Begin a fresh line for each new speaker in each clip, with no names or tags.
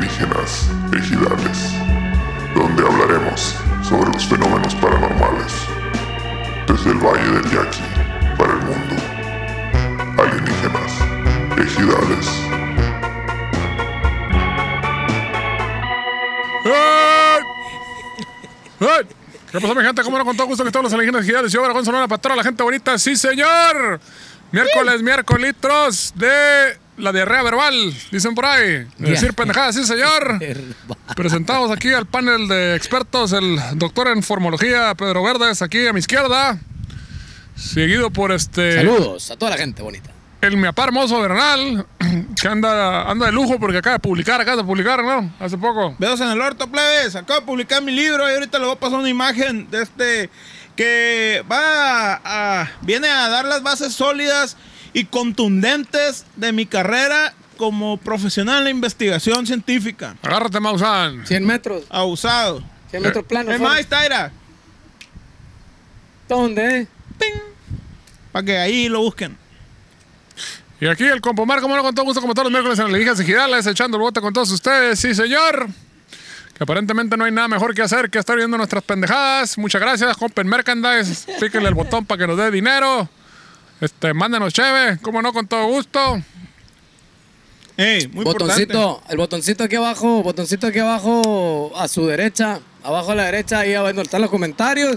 Leyendas Ejidales, donde hablaremos sobre los fenómenos paranormales desde el Valle del Yaqui para el mundo. Alienígenas, ejidales.
¡Ey! ¡Ey! ¿Qué pasó, mi gente? ¿Cómo no? Con todo gusto que todos los alienígenas digitales. Yo, Aragón Sonora, para toda la gente bonita. ¡Sí, señor! Miércoles, miércolitros de la diarrea verbal, dicen por ahí. De Decir pendejadas, sí, señor.
Eh,
Presentamos aquí al panel de expertos, el doctor en formología, Pedro Verdes, aquí a mi izquierda. Seguido por este...
Saludos a toda la gente bonita.
El miapá hermoso Bernal, que anda, anda de lujo porque acaba de publicar, acaba de publicar, ¿no? Hace poco.
Veos en el orto, plebes. Acabo de publicar mi libro y ahorita le voy a pasar una imagen de este que va a, a- viene a dar las bases sólidas y contundentes de mi carrera como profesional en la investigación científica.
Agárrate, Mausan.
100 metros,
Abusado.
100 metros planos.
Es más, Taira,
¿Dónde? eh?
para que ahí lo busquen.
Y aquí el Compomar, como no, con todo gusto, como todos los miércoles en Alienígenas y Girales, echando el bote con todos ustedes. Sí, señor. Que aparentemente no hay nada mejor que hacer que estar viendo nuestras pendejadas. Muchas gracias, compren merchandise, píquenle el botón para que nos dé dinero. Este, mándenos cheve, como no, con todo gusto.
Ey, muy
botoncito,
importante.
el botoncito aquí abajo, botoncito aquí abajo a su derecha, abajo a la derecha, ahí abajo están los comentarios.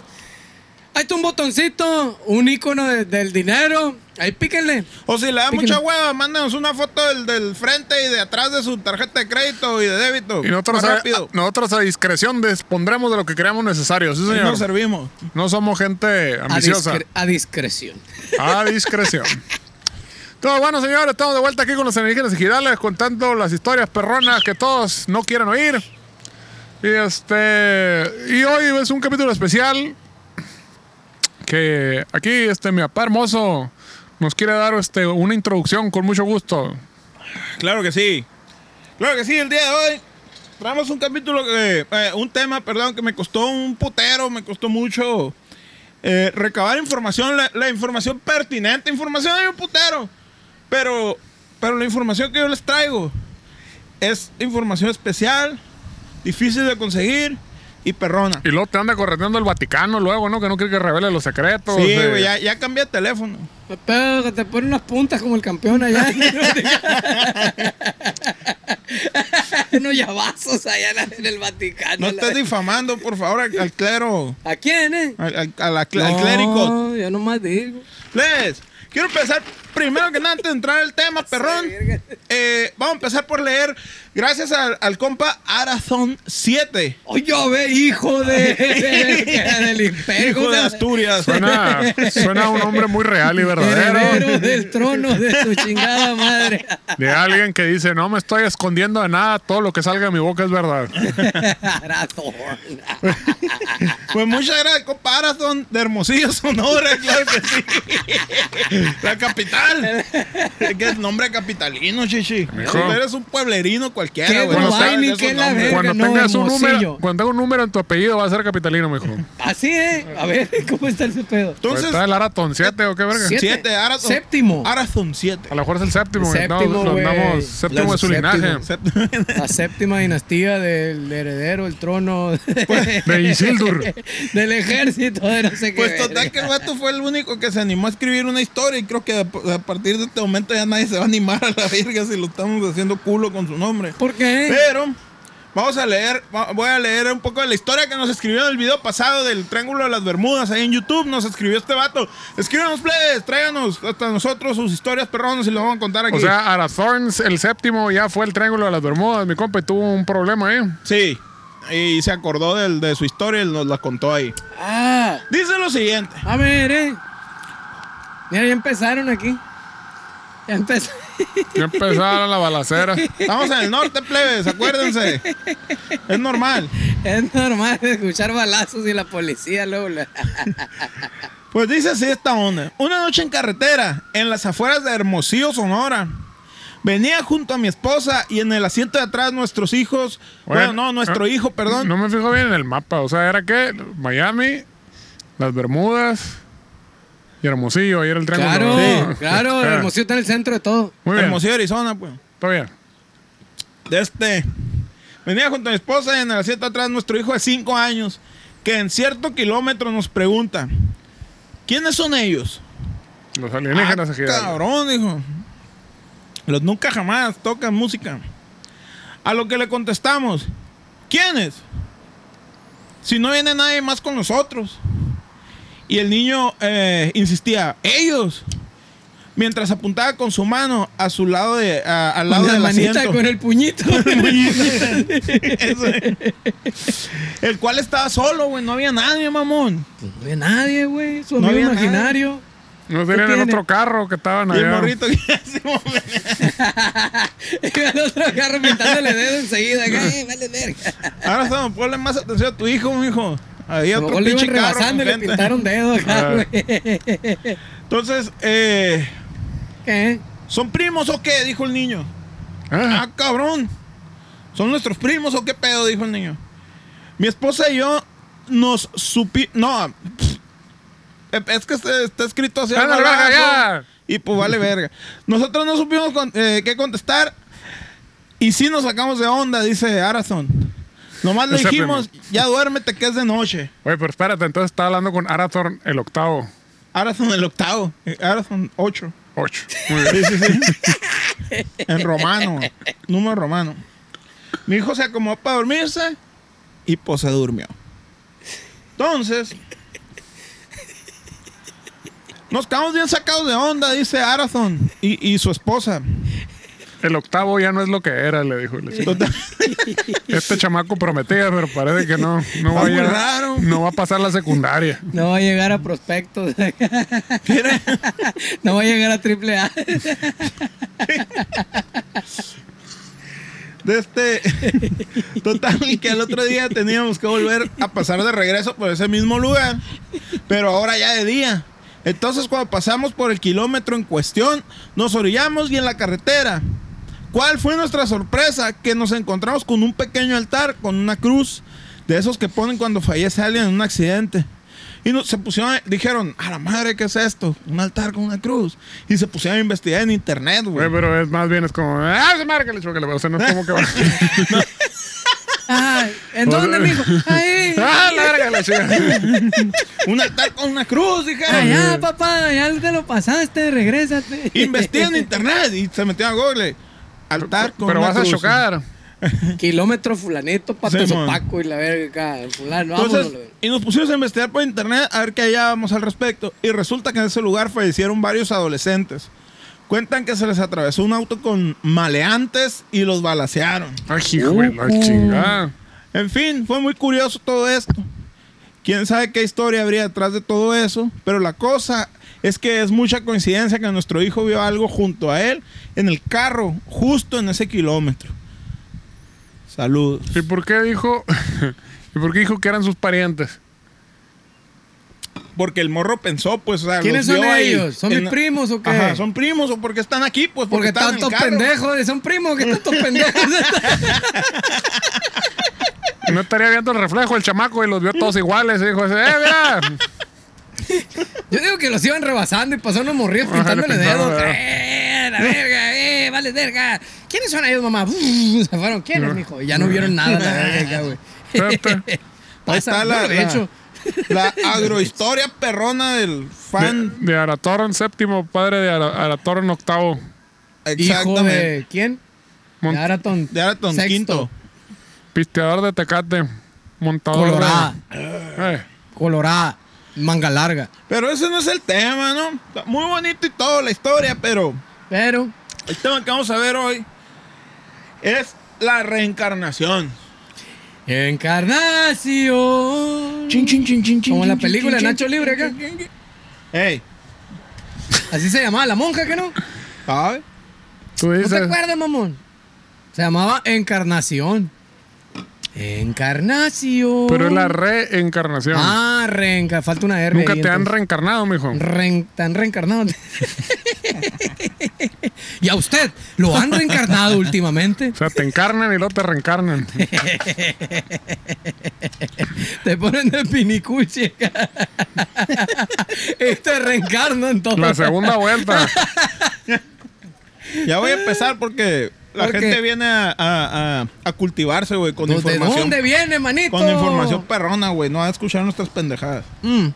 Ahí está un botoncito, un icono de- del dinero. Ahí píquenle.
O si le da mucha
Píquenle.
hueva, mándanos una foto del, del frente y de atrás de su tarjeta de crédito y de débito.
Y nosotros, ah,
Más
a,
rápido.
nosotros a discreción dispondremos de lo que creamos necesario. Sí,
Ahí
señor.
nos servimos.
No somos gente
A,
ambiciosa.
discre- a discreción.
A discreción. Todo bueno, señores. Estamos de vuelta aquí con los alienígenas y girales contando las historias perronas que todos no quieren oír. Y este. Y hoy es un capítulo especial. Que aquí, este, mi papá hermoso nos quiere dar este, una introducción con mucho gusto.
Claro que sí. Claro que sí, el día de hoy traemos un capítulo, que- eh, un tema, perdón, que me costó un putero, me costó mucho eh, recabar información, la, la información pertinente, información hay un putero, pero, pero la información que yo les traigo es información especial, difícil de conseguir y perrona.
Y luego te anda correteando el Vaticano luego, ¿no? Que no quiere que revele los secretos.
Sí,
eh.
güey, ya, ya cambié de teléfono.
Pero que te pone unas puntas como el campeón allá. Unos llavazos allá en la- en el Vaticano.
No
la-
estés difamando, por favor, al, al clero,
¿A quién, eh?
al, al- a la cl- al clérigo.
No, yo nomás digo.
Les, quiero empezar, primero que nada, antes de entrar al tema, perrón.
verga.
eh, vamos a empezar por leer, gracias al, al compa Arazón 7.
Oye, ve, hijo de, del imperio.
Hijo de
del-
Asturias.
Suena, suena a un hombre muy real y verdadero.
Heredero del trono de tu chingada madre.
De alguien que dice, no me estoy escondiendo de nada, todo lo que salga de mi boca es verdad.
Arazón.
Pues muchas gracias, compa Arazón de Hermosillo, Sonora, claro que sí. La capital. Es que es nombre capitalino, chichi.
Mijo.
Eres un pueblerini cualquiera,
Qué
güey, no
guay,
sabes
ni
de esos
qué la
nombres.
Verga,
Cuando
no,
tengas un
Hermosillo.
número, cuando tenga un número en tu apellido va a ser capitalino, mijo.
Así, ¿eh? A ver, ¿cómo está ese pedo?
Entonces,
¿Está el Araton 7 o qué verga?
Siete.
siete, Arazón.
Séptimo.
Arazón 7.
A lo mejor es el séptimo.
El
andamos-
séptimo,
lo
güey.
andamos- séptimo
Los
de su linaje.
séptimos. La séptima dinastía del heredero, del trono
De Isildur.
del ejército de no sé qué.
Pues total
verga.
que el vato fue el único que se animó a escribir una historia y creo que a a partir de este momento ya nadie se va a animar a la verga si lo estamos haciendo culo con su nombre.
¿Por qué?
Pero vamos a leer, va- voy a leer un poco de la historia que nos escribió en el video pasado del Triángulo de las Bermudas ahí en YouTube. Nos escribió este vato. Escríbanos, plebes, tráiganos hasta nosotros sus historias perronos y lo vamos a contar aquí.
O sea, Arathorns, el séptimo, ya fue el triángulo de las Bermudas. Mi compa y tuvo un problema ¿eh? ahí.
sí. Y se acordó del- de su historia y nos la contó ahí.
Ah,
Dice lo siguiente.
a ver, ¿eh? Mira, ya empezaron aquí. Ya empezaron.
Ya empezaron la balacera.
Vamos en el norte, plebes, acuérdense. Es normal.
Es normal escuchar balazos y la policía luego. la-
Pues dice así esta onda. Una noche en carretera, en las afueras de Hermosillo, Sonora. Venía junto a mi esposa y en el asiento de atrás nuestros hijos. Bueno, no, nuestro
eh,
hijo, perdón.
No me fijo bien en el mapa. O sea, era que Miami, las Bermudas y Hermosillo. Ahí era el triángulo.
Claro,
Sí.
claro,
Ah,
el Hermosillo está en el centro de todo.
Muy bien.
Hermosillo, Arizona, pues.
Está bien.
De este. Venía junto a mi esposa y en el asiento atrás nuestro hijo de 5 años, que en cierto kilómetro nos pregunta, ¿quiénes son ellos?
Los alienígenas
Ah,
aquí.
Cabrón, dijo. Los nunca jamás tocan música. A lo que le contestamos, ¿quiénes? Si no viene nadie más con nosotros. Y el niño eh, insistía, ellos. Mientras apuntaba con su mano a su lado de, a- al lado
la
del
manita
asiento.
con el puñito.
Eso es. el cual estaba solo, güey. No había nadie, mamón.
No había nadie, güey. Su
No
amigo
había
imaginario.
No
¿Qué
tenían el
tiene?
otro carro que estaban
Y el
allá.
morrito que hacemos, güey.
Iba el otro carro pintándole el dedo enseguida. acá, "Eh, vale verga".
Ahora estamos, ponle más atención a tu hijo, mijo. Ahí
A lo
otro
mejor le
pinche
iban
carro. con
rebasando y le
gente.
pintaron dedo acá,
Ah.
güey.
Entonces, eh,
¿Qué?
¿son primos o qué? Dijo el niño.
Ah,
Ah, cabrón. ¿Son nuestros primos o qué pedo? Dijo el niño. Mi esposa y yo nos supi... No, pff. Eh, es que está, está escrito así.
¡Ándale,
al
verga,
abajo.
ya!
Y pues vale verga. Nosotros no supimos con- eh, qué contestar. Y sí nos sacamos de onda, dice Arason. Nomás le
Ese
dijimos, ya duérmete que es de noche.
Oye, pero espérate, entonces estaba hablando con Arathorn el octavo.
Arason el octavo. Eh, Arason ocho.
Ocho. Muy bien.
En romano, número romano. Mi hijo se acomodó para dormirse y pues se durmió. Entonces, nos quedamos bien sacados de onda, dice Arathon y, y su esposa.
El octavo ya no es lo que era, le dijo. Le dijo,
Total,
Este chamaco prometía, pero parece que no, no,
Está muy
vaya-
raro.
no va a pasar la secundaria.
No va a llegar a prospectos.
era-
No va a llegar a triple A.
de este, total, que al otro día teníamos que volver a pasar de regreso por ese mismo lugar, pero ahora ya de día. Entonces, cuando pasamos por el kilómetro en cuestión, nos orillamos y en la carretera. ¿Cuál fue nuestra sorpresa? Que nos encontramos con un pequeño altar, con una cruz, de esos que ponen cuando fallece alguien en un accidente. Y nos, se pusieron, a- dijeron, a la madre, ¿qué es esto? Un altar con una cruz. Y se pusieron a investigar en internet, güey.
Güey, pero es más bien es como, ah, se marca el choque, o sea, no es como que va.
Ah.
Ay, ¿En dónde, mijo? Ahí.
ah, la verga, la chica.
Un altar con una cruz, dijeron.
Allá, papá, ya te lo pasaste, regrésate.
Investigué en internet y se metió a Google. Altar con
Pero
una
vas a
cruz.
chocar.
Kilómetro fulanito, pato
Sí, man.
sopaco y la verga acá, fulano, vámonos. la
Entonces,
verga.
y nos pusimos a investigar por internet a ver qué hallábamos al respecto. Y resulta que en ese lugar fallecieron varios adolescentes. Cuentan que se les atravesó un auto con maleantes y los balacearon.
Ay, hijo de
Uh,
la chingada.
En fin, fue muy curioso todo esto. Quién sabe qué historia habría detrás de todo eso, pero la cosa es que es mucha coincidencia que nuestro hijo vio algo junto a él en el carro, justo en ese kilómetro. Saludos.
¿Y por qué dijo? ¿Y por qué dijo que eran sus parientes?
Porque el morro pensó, pues, o sea,
¿Quiénes
los
son
vio ahí
ellos? ¿Son
en-
mis primos o qué?
Ajá, son primos o porque están aquí, pues,
Porque
porque, están en el
tantos
carro.
pendejos, son primos, que tantos pendejos.
No estaría viendo el reflejo el chamaco y los vio todos iguales. Y dijo, ese, eh, mira.
Yo digo que los iban rebasando y pasaron los morridos
Ajá, le
pintándole
pintaron,
dedos.
¿verdad?
¡Eh, la verga! ¡Eh, vale verga! ¿Quiénes son ellos, mamá? Uf, se fueron. ¿Quiénes, mijo? Y ya no vieron nada, la verga, acá, güey.
Espérate.
Ahí está
Pasa,
la,
no lo he
la-
hecho.
la agrohistoria perrona
De,
del fan.
de Aratoron séptimo, padre de Ara- Aratoron octavo.
Hijo
Exactamente.
de... ¿Quién?
Mon-
de Araton.
De Araton
Sexto.
Quinto.
Pisteador de Tecate. Montador.
Colorada.
de- Eh,
Colorada. Manga larga.
Pero ese no es el tema, ¿no? Está Muy bonito y todo la historia, pero
Pero...
el tema que vamos a ver hoy es la reencarnación.
Encarnación. Como en la película de Nacho Libre acá.
Ey,
Así se llamaba la monja, ¿qué no?
¿sabes?
tú
¿No te
dices.
acuerdas, mamón? Se llamaba Encarnación. Encarnación.
pero es la reencarnación.
Ah, reenca. Falta una R.
Nunca
ahí,
te han
entonces.
reencarnado, mijo.
Ren- te han reencarnado. y a usted, ¿lo han reencarnado últimamente?
O sea, te encarnan y luego te reencarnan.
Te ponen de pinicuche. y te reencarnan todo.
La segunda vuelta.
Ya voy a empezar porque la
Porque-
gente viene a, a- a- a cultivarse, güey, con
Pues, ¿De
información.
dónde viene, manito?
con información perrona, güey, no a escuchar nuestras pendejadas.
Mm.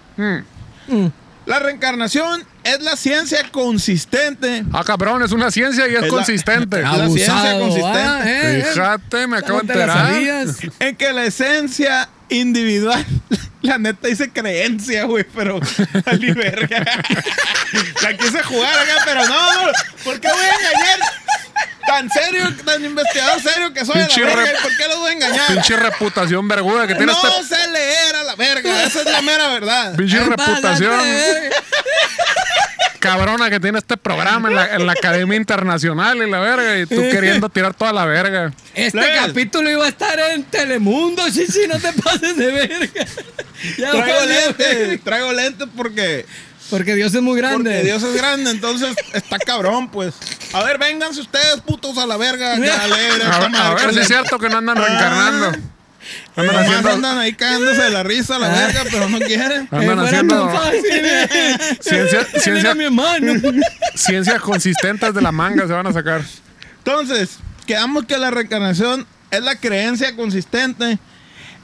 La reencarnación es la ciencia consistente.
Ah, cabrón, es una ciencia y es,
Es la-
consistente.
Ah, La ciencia
Abusado,
consistente.
ah, eh, eh.
Fíjate, me acabo
No
de
te la
enterar.
sabías.
En que la esencia individual, la neta dice creencia, güey, pero al verga. La quise jugar acá, pero no, no, ¿por qué voy a engañar? Tan serio, tan investigador serio que soy a la
Pinche
verga,
rep-
¿y ¿por qué lo voy a engañar?
Pinche reputación verguda que tiene
No
este
sé leer a la verga, esa es la mera verdad.
pinche
Eh,
reputación
pásate, eh.
cabrona que tiene este programa en la, en la Academia Internacional y la verga. Y tú queriendo tirar toda la verga.
Este
Plebes.
capítulo iba a estar en Telemundo, chichi, no te pases de verga. Ya
Traigo
valió,
lentes,
güey.
traigo lentes porque,
Porque Dios es muy grande.
porque Dios es grande, entonces está cabrón, pues. A ver, vénganse ustedes, putos, a la verga, acá a leer esta
A ver, a
madre,
ver si
que
es
se-
cierto que no andan reencarnando. Andan
pues, Nomás
haciendo Ah.
andan ahí cagándose de la risa a la verga, pero no quieren.
Eh,
Andan
fuera
haciendo-
tan fácil, eh.
Ciencia-
Él
ciencia-
era mi hermano.
ciencias consistentes de la manga, se van a sacar.
Entonces, quedamos que la reencarnación es la creencia consistente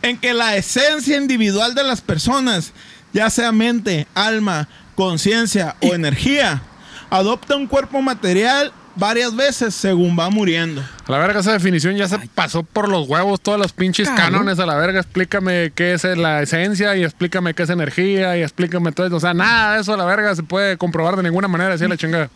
en que la esencia individual de las personas, ya sea mente, alma, conciencia o energía, adopta un cuerpo material varias veces según va muriendo.
A la verga, esa definición ya se pasó por los huevos, todas las pinches
Cabrón.
cánones. A la verga, explícame qué es la esencia y explícame qué es energía y explícame todo eso. O sea, nada de eso a la verga se puede comprobar de ninguna manera, así a la chingada.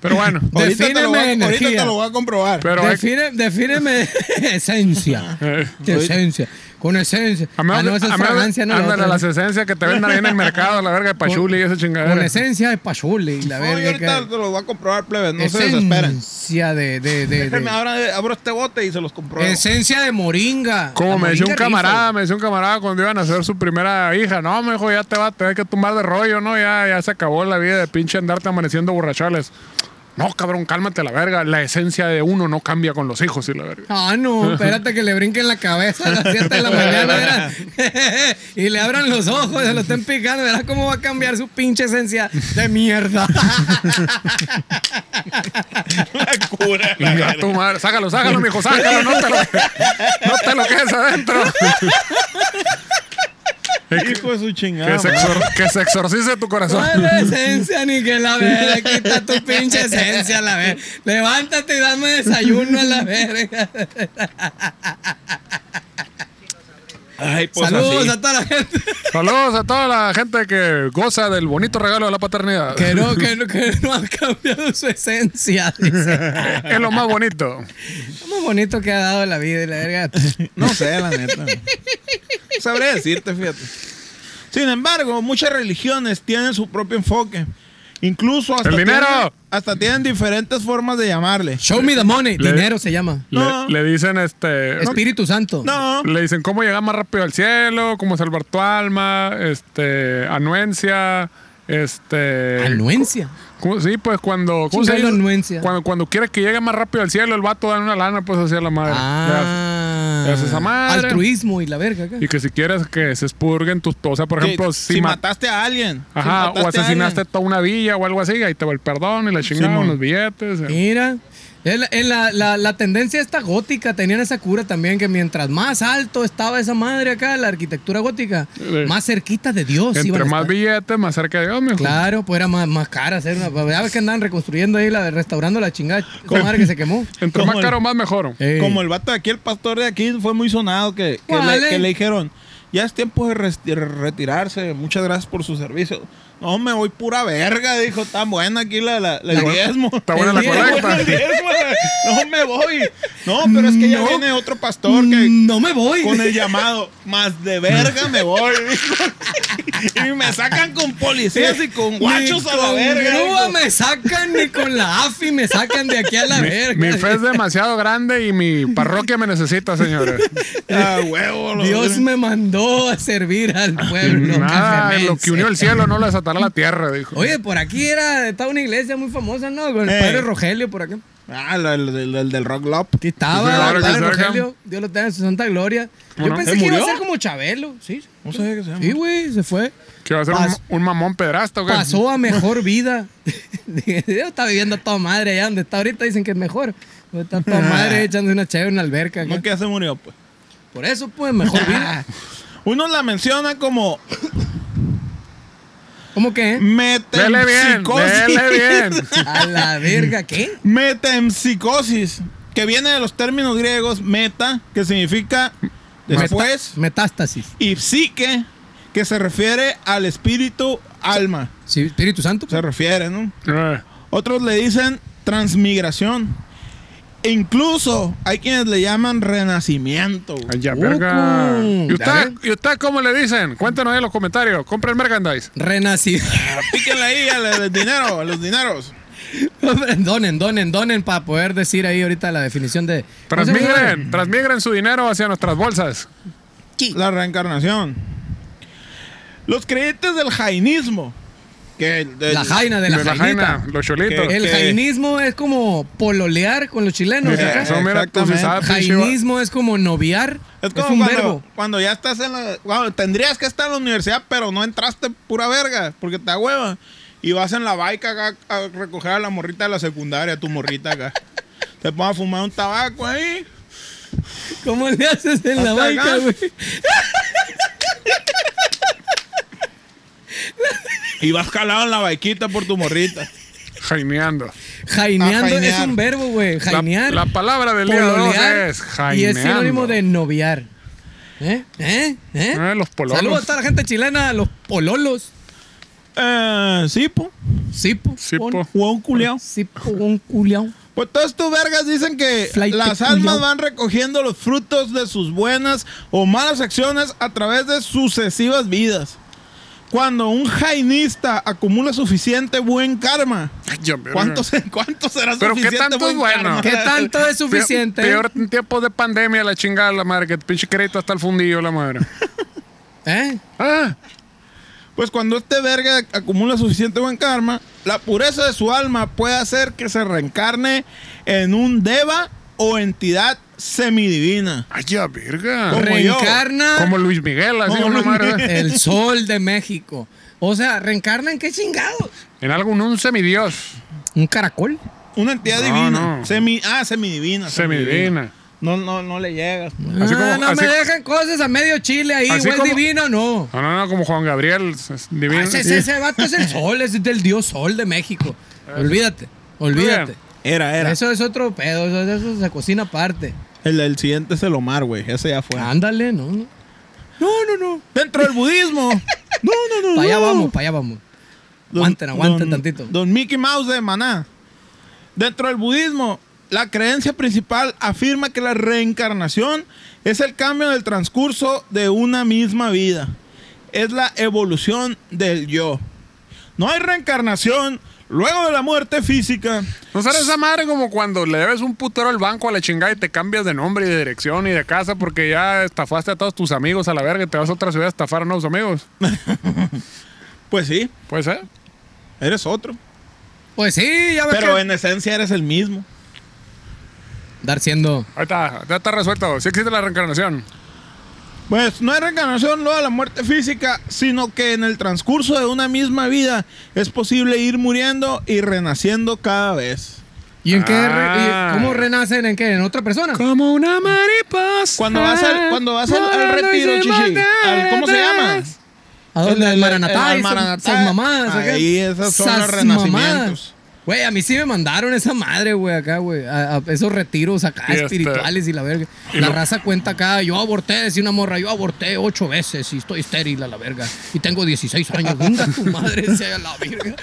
Pero bueno,
Ahorita te, lo voy a,
Defíneme
ahorita
energía.
te lo voy a comprobar.
pero hay-
Define- defíneme esencia.
eh,
De esencia. Con esencia.
a menos,
Ah, no, esa es
a menos-
fragancia, no, la
ándale,
otra.
las esencias que te venden ahí en el mercado, a la verga de Pachuli y esa
Con
chingadera.
esencia de pachuli. y La
No, yo
verga
ahorita
que-
te lo voy a comprobar, plebes. No se desesperen.
esencia de, de, de, de-
Déjenme, Ahora abro este bote y se los compruebo.
Esencia de moringa. La
Como me decía un
moringa
camarada,
rifa,
me decía un camarada cuando iban a hacer su primera hija, no, me dijo, ya te va a tener que tumbar de rollo, ¿no? Ya, ya se acabó la vida de pinche andarte amaneciendo borrachales. No, cabrón, cálmate la verga. La esencia de uno no cambia con los hijos y la verga.
güey. Ah, no, espérate que le brinquen la cabeza a las 7 de la mañana verás. y le abran los ojos, se lo estén picando, verás cómo va a cambiar su pinche esencia de mierda.
La cura, la
Venga, tu madre. Sácalo, sácalo, mijo, sácalo, no te lo, no te lo quedes adentro.
Hijo de su chingada.
Que se,
madre.
exor- que se exorcice tu corazón.
¿Cuál esencia ni que la verga? Quita tu pinche esencia, la verga. Levántate y dame desayuno a la verga.
Ay, pues
Saludos
así.
a toda la gente.
Saludos a toda la gente que goza del bonito regalo de la paternidad.
Que no, que no, que no han cambiado su esencia. Dice.
Es lo más bonito.
Lo más bonito que ha dado la vida y la verga.
No sé, la neta. No Sabré decirte, fíjate. Sin embargo, muchas religiones tienen su propio enfoque. Incluso hasta,
¡El dinero!
Tienen, hasta tienen diferentes formas de llamarle.
Show me the money.
Le-
Dinero se llama.
Le-
No.
Le, dicen este.
Espíritu Santo.
No,
Le dicen cómo llegar más rápido al cielo, cómo salvar tu alma, este, anuencia, este.
Anuencia.
¿cómo- sí, pues cuando. ¿cómo se
Chingalo,
dice?
anuencia.
Cuando, cuando quieres que llegue más rápido al cielo, el vato da una lana, pues hacia la madre.
Ah.
le haces esa madre.
Altruismo y la verga.
Le
acá.
das. Y que si quieres que se expurguen tus. O sea, por ejemplo,
que-
si,
si
ma-
mataste a alguien. si
Ajá, o
mataste a
asesinaste
alguien.
toda una villa o algo así, ahí te va el perdón y la chingada,
Simón.
los billetes. eh.
Mira. Es la, es la- la- la tendencia esta gótica tenían esa cura también, que mientras más alto estaba esa madre acá, la arquitectura gótica,
Sí.
más cerquita de Dios. iban
Entre
a
más
estar.
billetes, más cerca de Dios, mijo.
Claro, pues era más, más cara hacer una. Ya ves que andaban reconstruyendo ahí, la, restaurando la chingada esa madre que se quemó.
Entre más
Como el-
caro, más mejor.
Ey.
Como el vato de aquí, el pastor de aquí, fue muy sonado que, que,
¿Cuál,
le, que
eh?
le dijeron, ya es tiempo de res- de retirarse, muchas gracias por su servicio. No, me voy pura verga, dijo, tan buena aquí la, la, la el diezmo.
Está buena la
El diezmo.
correcta.
El diezmo, No me voy. No, pero es que ya
No. Mm.
viene otro pastor que
No me voy.
con el llamado, más de verga me voy. dijo. Y me sacan con policías y con guachos
Ni
a la
con
verga.
grúa
dijo.
me sacan, ni con la AFI me sacan de aquí a la verga.
Mi fe es demasiado grande y mi parroquia me necesita, señores.
Ah, huevo, lo-
Dios me mandó a servir al pueblo.
Nada, en lo
cajamense.
que unió el cielo no lo desatará la tierra, dijo.
Oye, por aquí era, estaba una iglesia muy famosa, ¿no? Con el
Eh.
padre Rogelio por acá.
Ah, la- la- la- la- el del Rock Lop.
Aquí estaba
Sí, señor,
el
que
padre
se hagan.
Rogelio. Dios lo tenga en su santa gloria.
Bueno,
Yo pensé
¿se
que iba a
murió?
ser como Chabelo. Sí,
No sabía que se llama.
sí, güey, se fue.
Que va a ser un,
Pas-
un mamón pedrasto, güey.
Pasó a mejor vida. Dios está viviendo a toda madre allá donde está ahorita. Dicen que es mejor. Pues está toda madre echándose una chévere en la alberca. acá.
No que ya se murió, pues.
Por eso, pues, mejor vida.
Uno la menciona como
¿Cómo que?
Dele bien,
metempsicosis.
dele bien.
A la verga, ¿qué?
Metempsicosis, que viene de los términos griegos meta, que significa después,
Metástasis.
y psique, que se refiere al espíritu, alma.
Sí, Espíritu Santo.
Se refiere, ¿no?
Eh,
Otros le dicen transmigración. E incluso hay quienes le llaman renacimiento. güey.
ay, ya, verga.
Ujú.
¿Y usted,
Dale.
¿Y usted cómo le dicen? Cuéntenos ahí en los comentarios. Compren merchandise.
Renacido.
Píquenle ahí a los dinero, a los dineros.
donen, donen, donen para poder decir ahí ahorita la definición de. ¿Cómo se llama?
Transmigren, transmigren su dinero hacia nuestras bolsas.
La reencarnación. Los creyentes del jainismo. Que el- del-
La jaina de la,
De la
jainita.
jaina, los cholitos.
¿Qué?
El
Ok.
jainismo es como pololear con los chilenos.
Dice,
acá.
Eh,
son mira, tú sí
exactamente.
sabes, pinche va-
Jainismo es como noviar.
Es como
un
cuando,
verbo.
cuando ya estás en la. cuando tendrías que estar en la universidad, pero no entraste pura verga, porque te da hueva. Y vas en la baica acá a recoger a la morrita de la secundaria, tu morrita acá. te pones a fumar un tabaco ahí.
¿Cómo le haces en la
Hasta
baica,
acá.
güey?
Y vas jalado en la baiquita por tu morrita.
Jaineando.
Jaineando
A
es
jainear.
un verbo, güey.
La,
Jainear.
la palabra del día de hoy
pololear.
es
y
jaineando.
es sinónimo de noviar. ¿Eh? ¿Eh? ¿Eh?
Eh, los pololos.
Saludos a toda la gente chilena, a los pololos.
Eh, sí, po.
Sipo.
Sipo.
pon-
Huevón culiao.
Sipo, un culiao.
Pues todas tus vergas dicen que
Flight
las
peculiar.
almas van recogiendo los frutos de sus buenas o malas acciones a través de sucesivas vidas. Cuando un jainista acumula suficiente buen karma,
Ay, yo, verga.
¿cuánto, se- cuánto será
Pero ¿qué
suficiente
tanto es
buen
bueno?
karma?
¿Qué tanto
Peor-
es suficiente?
Peor en tiempos de pandemia, la chingada, la madre, que el pinche crédito hasta el fundillo, la madre.
¿Eh?
Ah,
Pues cuando este verga acumula suficiente buen karma, la pureza de su alma puede hacer que se reencarne en un deva o entidad semidivina.
ay, ya, verga.
Como yo.
Reencarna
Como Luis Miguel, así
Como
una
Luis
madre. ¿verdad?
el sol de México. O sea, reencarnan qué chingados. Ah,
En algún un semidios.
Un caracol.
Una entidad
No,
divina.
no.
Semi, ah, semidivina.
Semidivina.
No, no, no le llegas. pues.
Así como-
Ah, no
así-
me dejan cosas a medio chile ahí,
Así
güey,
como-
divino no.
No, no, no, como Juan Gabriel. es- es Divino.
Ah, ese, ese, ese vato es el sol, es del dios sol de México. Olvídate, olvídate.
Ah, Bien.
Era, era.
Eso es otro pedo, eso, eso se cocina aparte. Pues
El, el siguiente es el Omar, güey. Ese ya
Ah.
fue.
Ándale, no. No, Ah, no, no.
Dentro del budismo. No, no, no.
Para allá
no.
vamos, para allá vamos.
Don-
aguanten, aguanten
don-
tantito.
Don Mickey Mouse de Maná. Dentro del budismo, la creencia principal afirma que la reencarnación es el cambio del transcurso de una misma vida. Es la evolución del yo. No hay reencarnación luego de la muerte física.
¿No sabes esa madre como cuando le debes un putero al banco a la chingada y te cambias de nombre y de dirección y de casa porque ya estafaste a todos tus amigos a la verga y te vas a otra ciudad a estafar a nuevos amigos?
Pues sí,
Puede ser.
eres otro.
Pues sí, ya ves
Pero
que-
en esencia eres el mismo.
Dar siendo...
Ahí está, ya está resuelto. Sí existe la reencarnación.
Pues no hay reencarnación luego de la muerte física, sino que en el transcurso de una misma vida es posible ir muriendo y renaciendo cada vez.
¿Y en qué? re-
Ah.
y- ¿Cómo renacen? ¿En qué? ¿En otra persona?
Como una mariposa.
Cuando vas
Ah,
al, cuando vas al, al retiro, chichi, al- ¿cómo se llama?
¿A dónde?
El-
¿Al
el-
Maranatá?
el
Esas-
Maranatá.
esas mamadas. acá.
Ahí esas son los
Esas
renacimientos.
mamadas. Güey, a mí sí me mandaron esa madre, güey, acá, güey. A, a esos retiros acá
Y este-
espirituales y la verga.
y
la
lo-
raza cuenta acá, yo aborté, decía una morra, yo aborté ocho veces y estoy estéril a la verga. Y tengo 16 años. Venga tu madre sea la verga.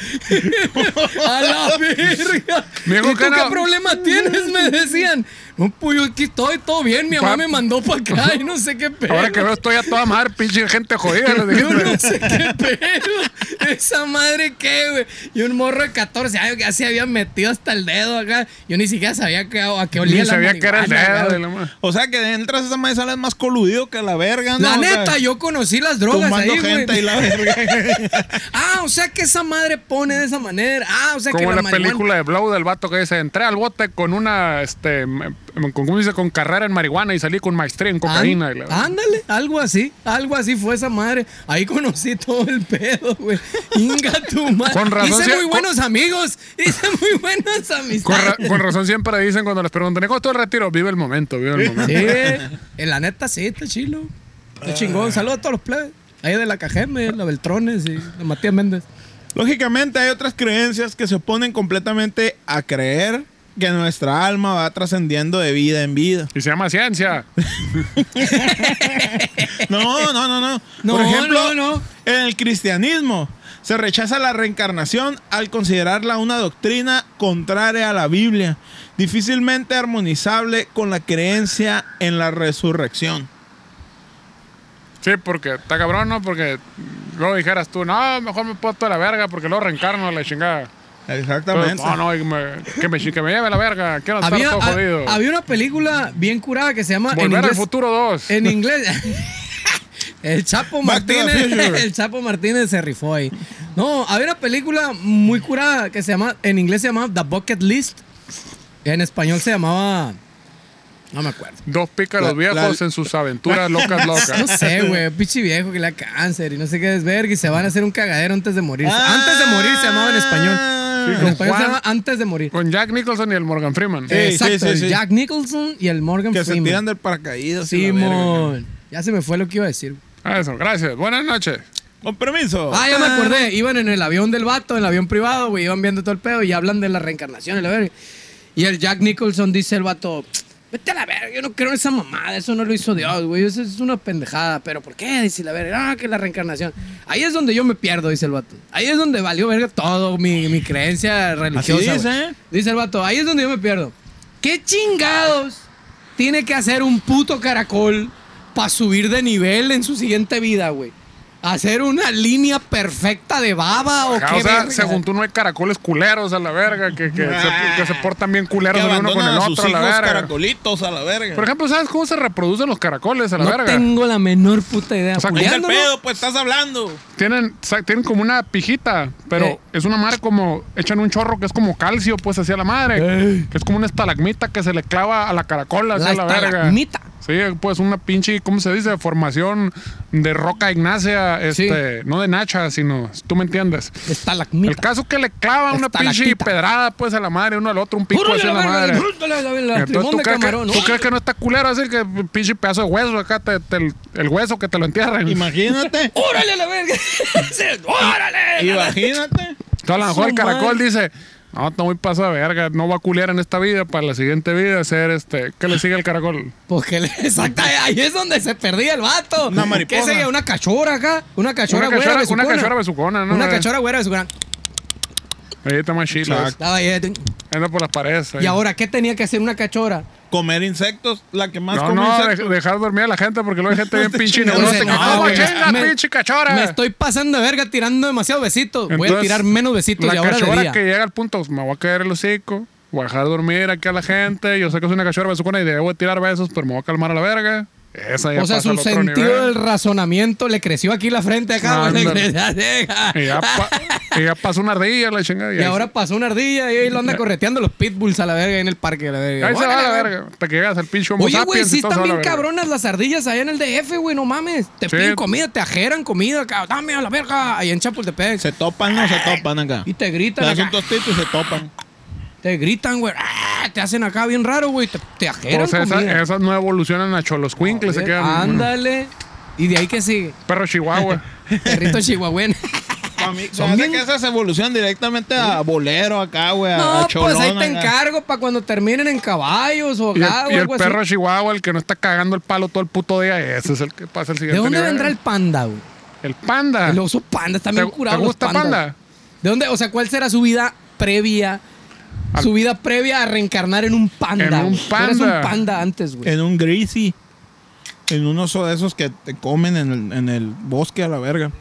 a la verga.
Me dijo
¿Y tú
que
qué
no.
problema tienes? Me decían. No, pues yo aquí estoy, todo bien. Mi mamá
Pa-
me mandó para acá y no sé qué pedo.
Ahora que veo estoy a toda madre, pinche gente jodida. les dije,
Yo no sé qué pedo. Esa madre qué, güey. Y un morro de 14 años que ya se había metido hasta el dedo acá. Yo ni siquiera sabía que, a qué olía
Ni
la
sabía que era el
marihuana,
dedo.
güey.
de la madre.
O sea que entras a esa madre y sales más coludido que la verga, ¿no?
La
O sea,
neta, yo conocí las drogas
Tumbando
ahí,
gente
güey.
y la verga.
Ah, o sea que esa madre pone de esa manera. Ah, o sea que
Como
la
la
marihuana-
película de Blow del vato que dice, entré al bote con una este, m- con, ¿cómo dice? con carrera en marihuana y salí con maestría
Ah,
en cocaína. y la-
Án- ándale, algo así, algo así fue esa madre. Ahí conocí todo el pedo, güey. Inga tu madre.
Con razón
Hice
se-
muy
con-
buenos amigos, hice muy buenas
Con, ra-
amistades.
con razón siempre dicen cuando les preguntan, ¿cómo todo el retiro? Vive el momento, vive el momento.
Sí, en la neta sí, está chilo. Está chingón. Saludos a todos los plebes. Ahí de la Cajeme, la Beltrones y la Matías Méndez.
Lógicamente hay otras creencias que se oponen completamente a creer que nuestra alma va trascendiendo de vida en vida.
Y se llama ciencia.
No, no, no, no.
No,
Por ejemplo,
no, no.
en el cristianismo se rechaza la reencarnación al considerarla una doctrina contraria a la Biblia, difícilmente armonizable con la creencia en la resurrección.
Sí, porque está cabrón, ¿no? Porque luego dijeras tú, no, mejor me puedo toda la verga porque luego reencarno a la chingada.
Exactamente.
no, no, y me- que, me, que me lleve la verga. Quiero estar
Había,
todo
ha-
jodido.
había una película bien curada que se llama en
Volver al
inglés-
futuro 2.
En inglés. El Chapo
Back to the
Martínez.
future.
El Chapo Martínez se rifó ahí. No, había una película muy curada que se llama. En inglés se llamaba The Bucket List. En español se llamaba. No me acuerdo.
Dos pícaros
La- la-
viejos en sus aventuras locas,
No
locas.
sé, güey. Pichi viejo que le da cáncer y no sé qué desverga y se van a hacer un cagadero antes de morir.
Ah.
antes de morir se llamaba en español.
Sí,
En
con
español se
Juan-
llamaba Antes de morir.
Con Jack Nicholson y el Morgan Freeman.
Sí,
Exacto,
sí,
el
sí.
Jack Nicholson y el Morgan
Que se
Freeman.
tiran del paracaídas. y la verga.
Simón. Ya se me fue lo que iba a decir.
Ah, Eso, gracias. Buenas noches.
Con permiso.
Ah, ya me acordé. Iban en el avión del vato, en el avión privado, güey. Iban viendo todo el pedo y hablan de la reencarnación y la verga. Y el Jack Nicholson dice el vato, vete a la verga, yo no creo en esa mamada. Eso no lo hizo Dios, güey. Eso es una pendejada. ¿Pero por qué? Dice la verga. Ah, que la reencarnación. Ahí es donde yo me pierdo, dice el vato. Ahí es donde valió verga todo mi, mi creencia religiosa.
dice,
güey.
¿eh?
Dice el vato, ahí es donde yo me pierdo. ¿Qué chingados tiene que hacer un puto caracol para subir de nivel en su siguiente vida, güey? ¿Hacer una línea perfecta de baba
Ajá,
o Oh, qué?
Ah, o sea,
verga?
según tú no hay caracoles culeros a la verga, que, que, se,
Ah.
que se portan bien
Que
culeros el uno con
abandonan
el
a sus
otro a la
hijos
verga.
caracolitos a la verga.
Por ejemplo, ¿sabes cómo se reproducen los caracoles a la
no
verga?
tengo la menor puta idea.
O sea,
Ahí está el
Julián, ¿no?
pedo, pues estás hablando.
Tienen, sa- tienen como una pijita, pero
Eh.
es una madre como, echan un chorro que es como calcio, pues hacia la madre. Que es como una estalagmita que se le clava a la caracola, hacia la,
La
verga.
estalagmita.
Sí, pues una pinche, ¿cómo se dice? Formación de roca ignacia, este, no de nacha, sino, tú me entiendes. El
Estalagmita.
caso que le clava una pinche
Estalactita.
pedrada, pues, a la madre, uno al otro, un pico
Órale,
hacia
la
la
verga,
madre.
disfrútale, la verga,
Entonces,
limón
¿tú,
de
crees
camarón,
que, tú
¿no?
crees que no está culero así que pinche pedazo de hueso acá, te- te- el, el hueso que te lo entierran?
Imagínate.
¡Órale a la verga! ¡Órale!
Imagínate.
Entonces, a lo mejor
Su
el caracol
madre.
dice, no, está muy pasada de verga, no va a culiar en esta vida, para la siguiente vida ser este, ¿qué le sigue el caracol?
Porque le- exacto, ahí es donde se perdía el vato.
Una mariposa.
¿Qué sería? Una cachora acá. Una cachora
Una
güera.
cachora-
besucona.
una cachora besucona, ¿no?
Una cachora güera besucona.
Ahí está más chila,
Exacto.
Estaba ahí, eh,
anda por las paredes. ahí.
Y ahora, ¿qué tenía que hacer una cachora?
Comer insectos, la que más
No,
come
no,
insectos.
de- dejar dormir a la gente porque luego hay gente bien pinche
Dice,
neurótica.
no,
¿Cómo
güey,
chingas,
me-
pinche cachora?
Me estoy pasando de verga tirando demasiados besitos. Voy a
Entonces,
tirar menos besitos y
La
ahora de
cachorra
día.
que llega al punto, me voy a caer el hocico, voy a dejar dormir aquí a la gente, yo sé que es una cachorra besucona y debo de tirar besos, pero me voy a calmar a la verga. Esa ya
O sea,
pasa al
su
otro
sentido
nivel.
del razonamiento le creció aquí la frente acá. güey, le
Ándale.
creció, deja.
Y ya, pues. pa- y ya pasó una ardilla la chingada.
Y
ahí-
ahora pasó una ardilla y ahí lo anda correteando los pitbulls a la verga ahí en el parque. a la verga.
ahí se va
Órale,
la verga. Hasta que llegas al pinche homo
Oye, güey,
sapiens y
sí
todos a
están
la
bien ¿eh?
verga.
cabronas las ardillas allá en el DF, güey, no mames. Te
Sí.
piden comida, te ajeran comida, cabrón. Dame a la verga. Ahí en Chapultepec.
Se topan, no se topan acá.
Y te
Te
gritan
das un
acá.
tostito y se topan.
Te gritan, güey. ¡Ah! Te hacen acá bien raro, güey. Te, te ajeran
Pues esa-
comida.
esas no evolucionan a cholos se quedan.
Ándale. Ah, Y de ahí que sigue.
bueno, perro chihuahua.
Perrito chihuahueno.
Pa' mí, se
Son
me hace
bien-
que esas evolucionan directamente a bolero acá, güey. a-
No,
a
pues ahí
cholón
te
acá.
encargo para cuando terminen en caballos o
y el,
acá
y
o
el
algo
perro
así.
chihuahua, el que no está cagando el palo todo el puto día, ese es el que pasa el
¿De
siguiente
dónde
nivel.
vendrá el panda, güey?
El panda.
El oso panda está bien
Ah. ¿Te-
curado.
te
los
gusta
pandas.
panda?
¿De dónde? O sea, ¿cuál será su vida previa?
Al-
Su vida previa a reencarnar en un panda.
En un
güey. Tú eras
panda.
un panda antes, güey.
En un greasy. En un oso de esos que te comen en el, en el bosque a la verga.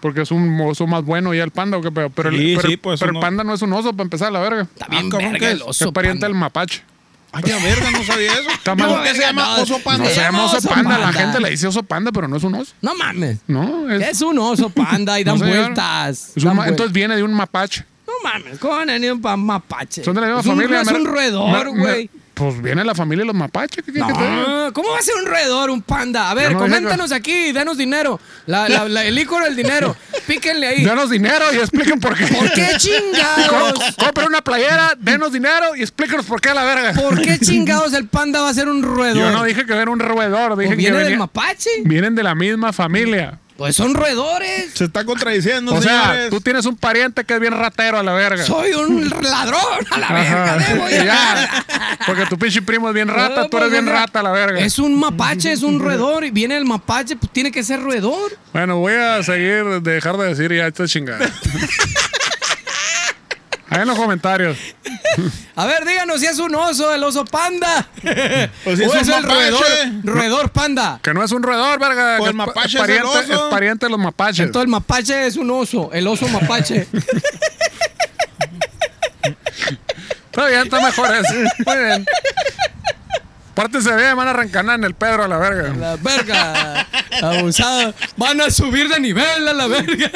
Porque es un oso más bueno ya el panda, ¿o qué pedo? Pero, el-
Sí,
pero,
sí, pues,
pero el
uno-
panda no es un oso para empezar, la verga.
Está bien
Ah, ¿cómo
verga
que
el
es?
Es
oso
pariente
panda.
del mapache.
Ay, la verga, no sabía eso.
Está mal.
¿Cómo que se llama
Ah, No,
oso panda?
No se llama oso panda. la
panda.
gente le dice oso panda, pero no es un oso.
No mames.
No, es,
Es un oso panda y
No,
dan
señor.
vueltas.
es un
dan
ma-
vueltas.
entonces viene de un mapache.
No mames, ¿cómo van a venir un pa- mapache?
Son de la misma
es
familia.
Un, es
me-
un
me-
roedor,
me-
güey.
Pues viene la familia de los mapaches. ¿qué quieres que te diga?
Ah, ¿Cómo va a ser un roedor, un panda? A ver,
Yo no dije-
coméntanos aquí, danos dinero. La, la- la- el ícono del dinero. Píquenle ahí.
Denos dinero y expliquen por qué.
¿Por qué
Com-
chingados?
Compren una playera, denos dinero y explíquenos por qué a la verga.
¿Por qué chingados el panda va a ser un roedor?
Yo no dije que era un roedor, dije
Pues viene
que
del
venía-
mapache.
vienen de la misma familia.
Pues son roedores.
Se está contradiciendo,
o sea,
señores.
tú tienes un pariente que es bien ratero a la verga.
Soy un ladrón a la verga.
Ajá.
debo
Y
ir.
ya. Porque tu pinche primo es bien rata,
No,
tú eres
pues,
bien
no.
rata a la verga.
Es un mapache, es un roedor. Y viene el mapache, pues tiene que ser roedor.
Bueno, voy a seguir, de dejar de decir ya esta chingada. Ahí en los comentarios.
A ver, díganos si es un oso, el oso panda.
O si
o
es
es
un
el
mapache.
roedor, roedor panda.
Que no es un roedor, verga.
O
que
Pues el mapache es el
pariente,
oso.
es pariente de los mapaches.
Entonces el mapache es un oso, el oso mapache.
Está bien, está mejor eso. Muy bien. Aparte se ve, van a arrancanar en el Pedro a la verga.
La verga. Abusado. Van a subir de nivel a la verga.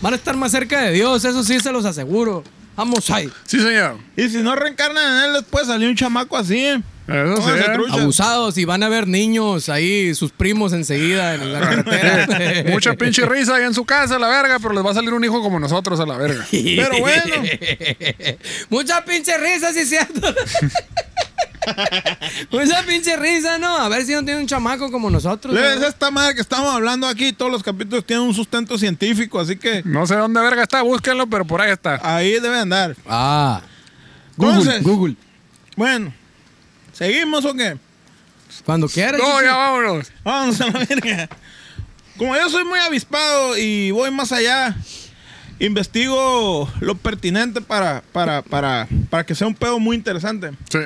Van a estar más cerca de Dios, eso sí se los aseguro. Vamos ahí.
Sí, señor.
Y si no reencarnan en él, después salió un chamaco así, ¿eh?
Eso sí.
Pónganse
¿eh?
trucha.
Abusados y van a ver niños ahí, sus primos enseguida en la carretera.
Mucha pinche risa ahí en su casa a la verga, pero les va a salir un hijo como nosotros a la verga.
Pero bueno.
Mucha pinche risa, sí es cierto. Mucha pinche risa, ¿no? A ver si no tiene un chamaco como nosotros.
Es
¿no?
esta madre que estamos hablando aquí, todos los capítulos tienen un sustento científico, así que
No sé dónde verga está, búsquenlo, pero por ahí está.
ahí debe andar.
Ah.
Entonces-
Google.
Bueno, ¿seguimos o qué?
Cuando quieras.
No,
sí, sí.
ya vámonos.
Vamos a la verga. Como yo soy muy avispado y voy más allá, investigo lo pertinente para, para, para, para que sea un pedo muy interesante.
Sí.